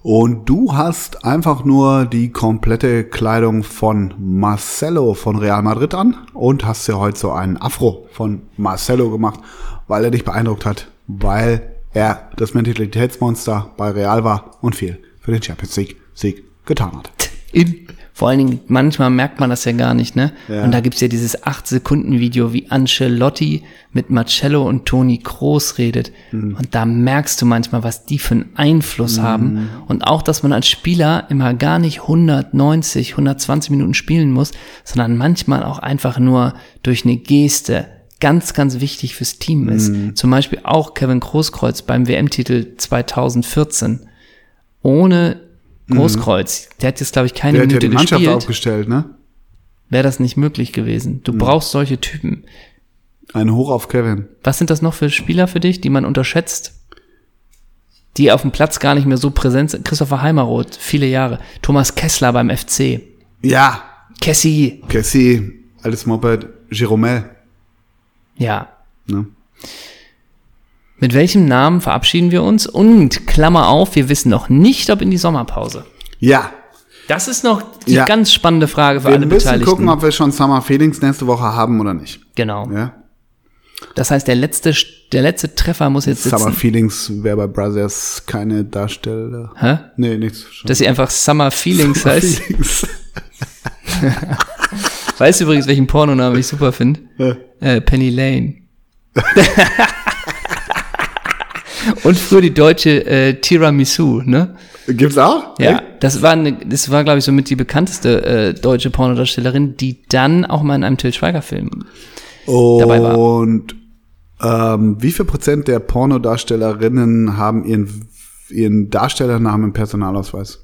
Und du hast einfach nur die komplette Kleidung von Marcelo von Real Madrid an und hast dir heute so einen Afro von Marcelo gemacht, weil er dich beeindruckt hat, weil er das Mentalitätsmonster bei Real war und viel für den Champions League Sieg getan hat.
In, vor allen Dingen, manchmal merkt man das ja gar nicht, ne? Und da gibt's ja dieses 8-Sekunden-Video, wie Ancelotti mit Marcello und Toni Kroos redet. Und da merkst du manchmal, was die für einen Einfluss haben. Und auch, dass man als Spieler immer gar nicht 190, 120 Minuten spielen muss, sondern manchmal auch einfach nur durch eine Geste ganz, ganz wichtig fürs Team ist. Zum Beispiel auch Kevin Großkreuz beim WM-Titel 2014. Ohne Großkreuz, der hat jetzt, glaube ich, keine
Mhm. Der hat
Minute
ja die Mannschaft
gespielt
aufgestellt, ne?
wäre das nicht möglich gewesen.
Mhm.
Du brauchst solche Typen.
Ein Hoch auf Kevin.
Was sind das noch für Spieler für dich, die man unterschätzt? Die auf dem Platz gar nicht mehr so präsent sind. Christopher Heimeroth, viele Jahre. Thomas Kessler beim FC.
Ja,
Cassie.
Cassie, altes Moped, Jeromel,
Ja.
ne?
Mit welchem Namen verabschieden wir uns? Und Klammer auf, wir wissen noch nicht, ob in die Sommerpause.
Ja,
Das ist noch die
Ja.
ganz spannende Frage für
wir
alle
müssen
Beteiligten.
gucken, ob wir schon Summer Feelings nächste Woche haben oder nicht.
genau.
Ja,
Das heißt, der letzte, der letzte Treffer muss jetzt
Summer
sitzen.
Feelings wäre bei Brothers keine Darsteller.
Hä?
Nee, nichts. Schon.
Dass sie einfach Summer Feelings heißt.
Feelings.
Weißt du übrigens, welchen Pornonamen ich super finde?
Ja.
Äh, Penny Lane. Und früher die deutsche äh, Tiramisu, ne?
Gibt's auch?
Ja,
Echt?
das war, eine, das war glaube ich, somit die bekannteste äh, deutsche Pornodarstellerin, die dann auch mal in einem Till Schweiger-Film. Dabei war-
Und ähm, wie viel Prozent der Pornodarstellerinnen haben ihren, ihren Darstellernamen im Personalausweis?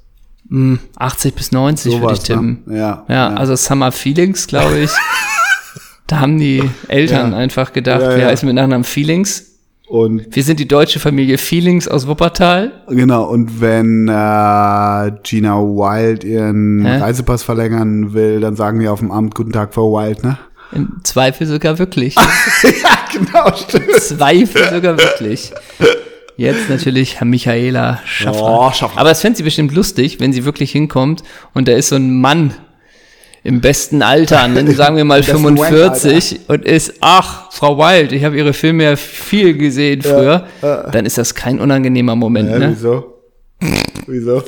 Hm, 80 bis 90 würde ich
Sowas,
tippen.
ne? Ja,
ja,
ja.
also Summer Feelings, glaube ich. da haben die Eltern
Ja.
einfach gedacht,
Ja,
wir
ja.
heißen mit Nachnamen Feelings.
Und
Wir sind die deutsche Familie Feelings aus Wuppertal.
genau, und wenn äh, Gina Wild ihren
Hä?
Reisepass verlängern will, dann sagen die auf dem Amt Guten Tag, Frau Wild, ne?
Im Zweifel sogar wirklich.
ja, genau, stimmt.
Zweifel sogar wirklich. Jetzt natürlich Herr Michaela Schaffrath.
Oh, Schaffrath.
Aber das fände sie bestimmt lustig, wenn sie wirklich hinkommt und da ist so ein Mann im besten Alter, nennen- sagen wir mal
besten
45 und ist, ach, Frau Wild, ich habe ihre Filme ja viel gesehen früher, dann ist das kein unangenehmer Moment,
Hä,
ne?
wieso? wieso?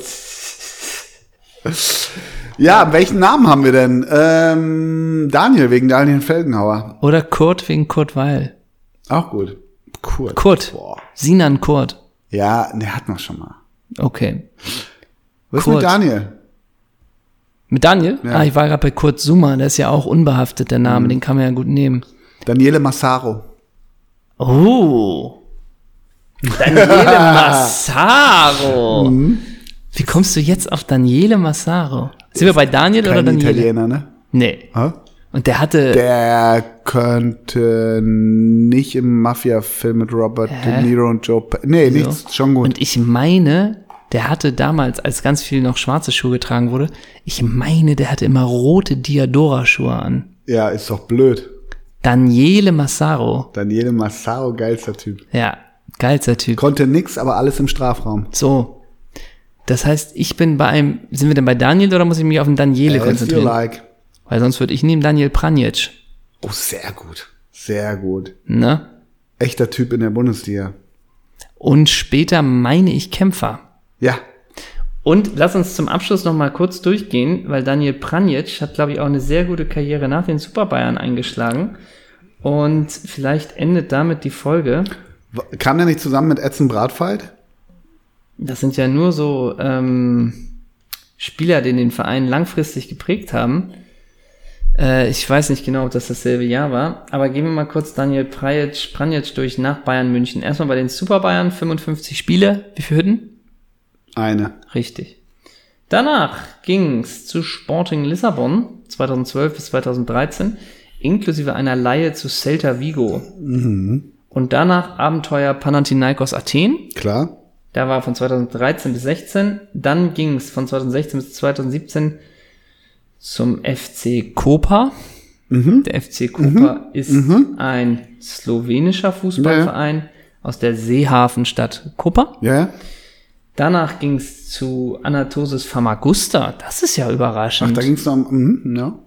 Ja, welchen Namen haben wir denn? Ähm, Daniel, wegen Daniel Felgenhauer.
Oder Kurt wegen Kurt Weil.
Auch gut. Cool.
Kurt.
Boah.
Sinan Kurt.
Ja, ne, hatten wir schon mal.
Okay.
Was ist
Kurt.
mit Daniel?
Mit Daniel?
Ja. Mhm.
Ah, ich war gerade bei Kurt Summer, der ist ja auch unbehaftet, der Name, den kann man ja gut nehmen.
Daniele Massaro.
Oh. Daniele Massaro.
Mhm.
Wie kommst du jetzt auf Daniele Massaro? Sind wir bei Daniel oder
Kein
Daniele?
Italiener, ne?
Nee.
Hä?
Und der hatte,
Der könnte nicht im Mafia-Film mit Robert
Hä?
De Niro und Joe Pe Nee,
So.
nichts, schon gut.
und ich meine, der hatte damals, als ganz viel noch schwarze Schuhe getragen wurde, ich meine, der hatte immer rote Diadora-Schuhe an.
ja, ist doch blöd.
Daniele Massaro.
Daniele Massaro, geilster Typ.
Ja, geilster Typ.
Konnte nix, aber alles im Strafraum.
So. Das heißt, ich bin bei einem, sind wir denn bei Daniel oder muss ich mich auf den Daniele
As Äh, you
konzentrieren?
like.
Weil sonst würde ich nehmen Daniel Pranjic.
Oh, sehr gut. Sehr gut.
Ne?
Echter Typ in der Bundesliga.
Und später meine ich Kämpfer.
Ja.
Und lass uns zum Abschluss noch mal kurz durchgehen, weil Daniel Pranjic hat, glaube ich, auch eine sehr gute Karriere nach den Super Bayern eingeschlagen. Und vielleicht endet damit die Folge.
W- Kam der nicht zusammen mit Edson Bratfeld?
Das sind ja nur so ähm, Spieler, die den Verein langfristig geprägt haben. Äh, ich weiß nicht genau, ob das dasselbe Jahr war, aber gehen wir mal kurz Daniel Prajic, Pranjic durch nach Bayern München. Erstmal bei den Super Bayern 55 Spiele. Wie viel Hütten?
Eine.
Richtig. Danach ging's zu Sporting Lissabon 2012 bis 2013, inklusive einer Laie zu Celta Vigo. Und danach Abenteuer Panathinaikos Athen,
Klar.
Da war von 2013 bis 16. Dann ging es von 2016 bis 2017 zum FC Koper.
Mhm.
Der FC Koper ist ein slowenischer Fußballverein aus der Seehafenstadt Koper.
Ja, ja.
Danach ging es zu Anatosis Famagusta. Das ist ja
Ach,
überraschend.
da ging's noch um, mhm, ja.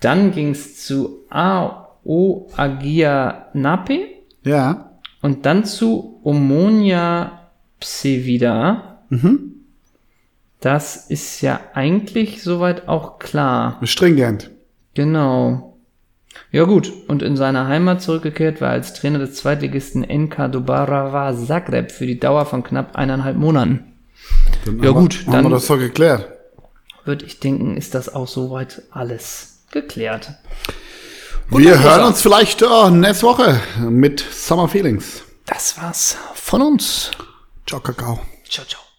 Dann ging es zu AO Agia Nape
Ja.
und dann zu Omonia Psevida. Mhm. Das ist ja eigentlich soweit auch klar.
Stringent.
Genau. Ja gut, und in seine Heimat zurückgekehrt war er als Trainer des Zweitligisten NK Dubarava Zagreb für die Dauer von knapp eineinhalb Monaten.
Dann
Ja,
haben wir-
gut,
Haben
dann-
wir das doch geklärt.
Würde ich denken, ist das auch soweit alles geklärt.
wir
dann-
hören uns vielleicht äh, nächste Woche mit Summer Feelings.
Das war's von uns.
Ciao, Kakao.
Ciao, ciao.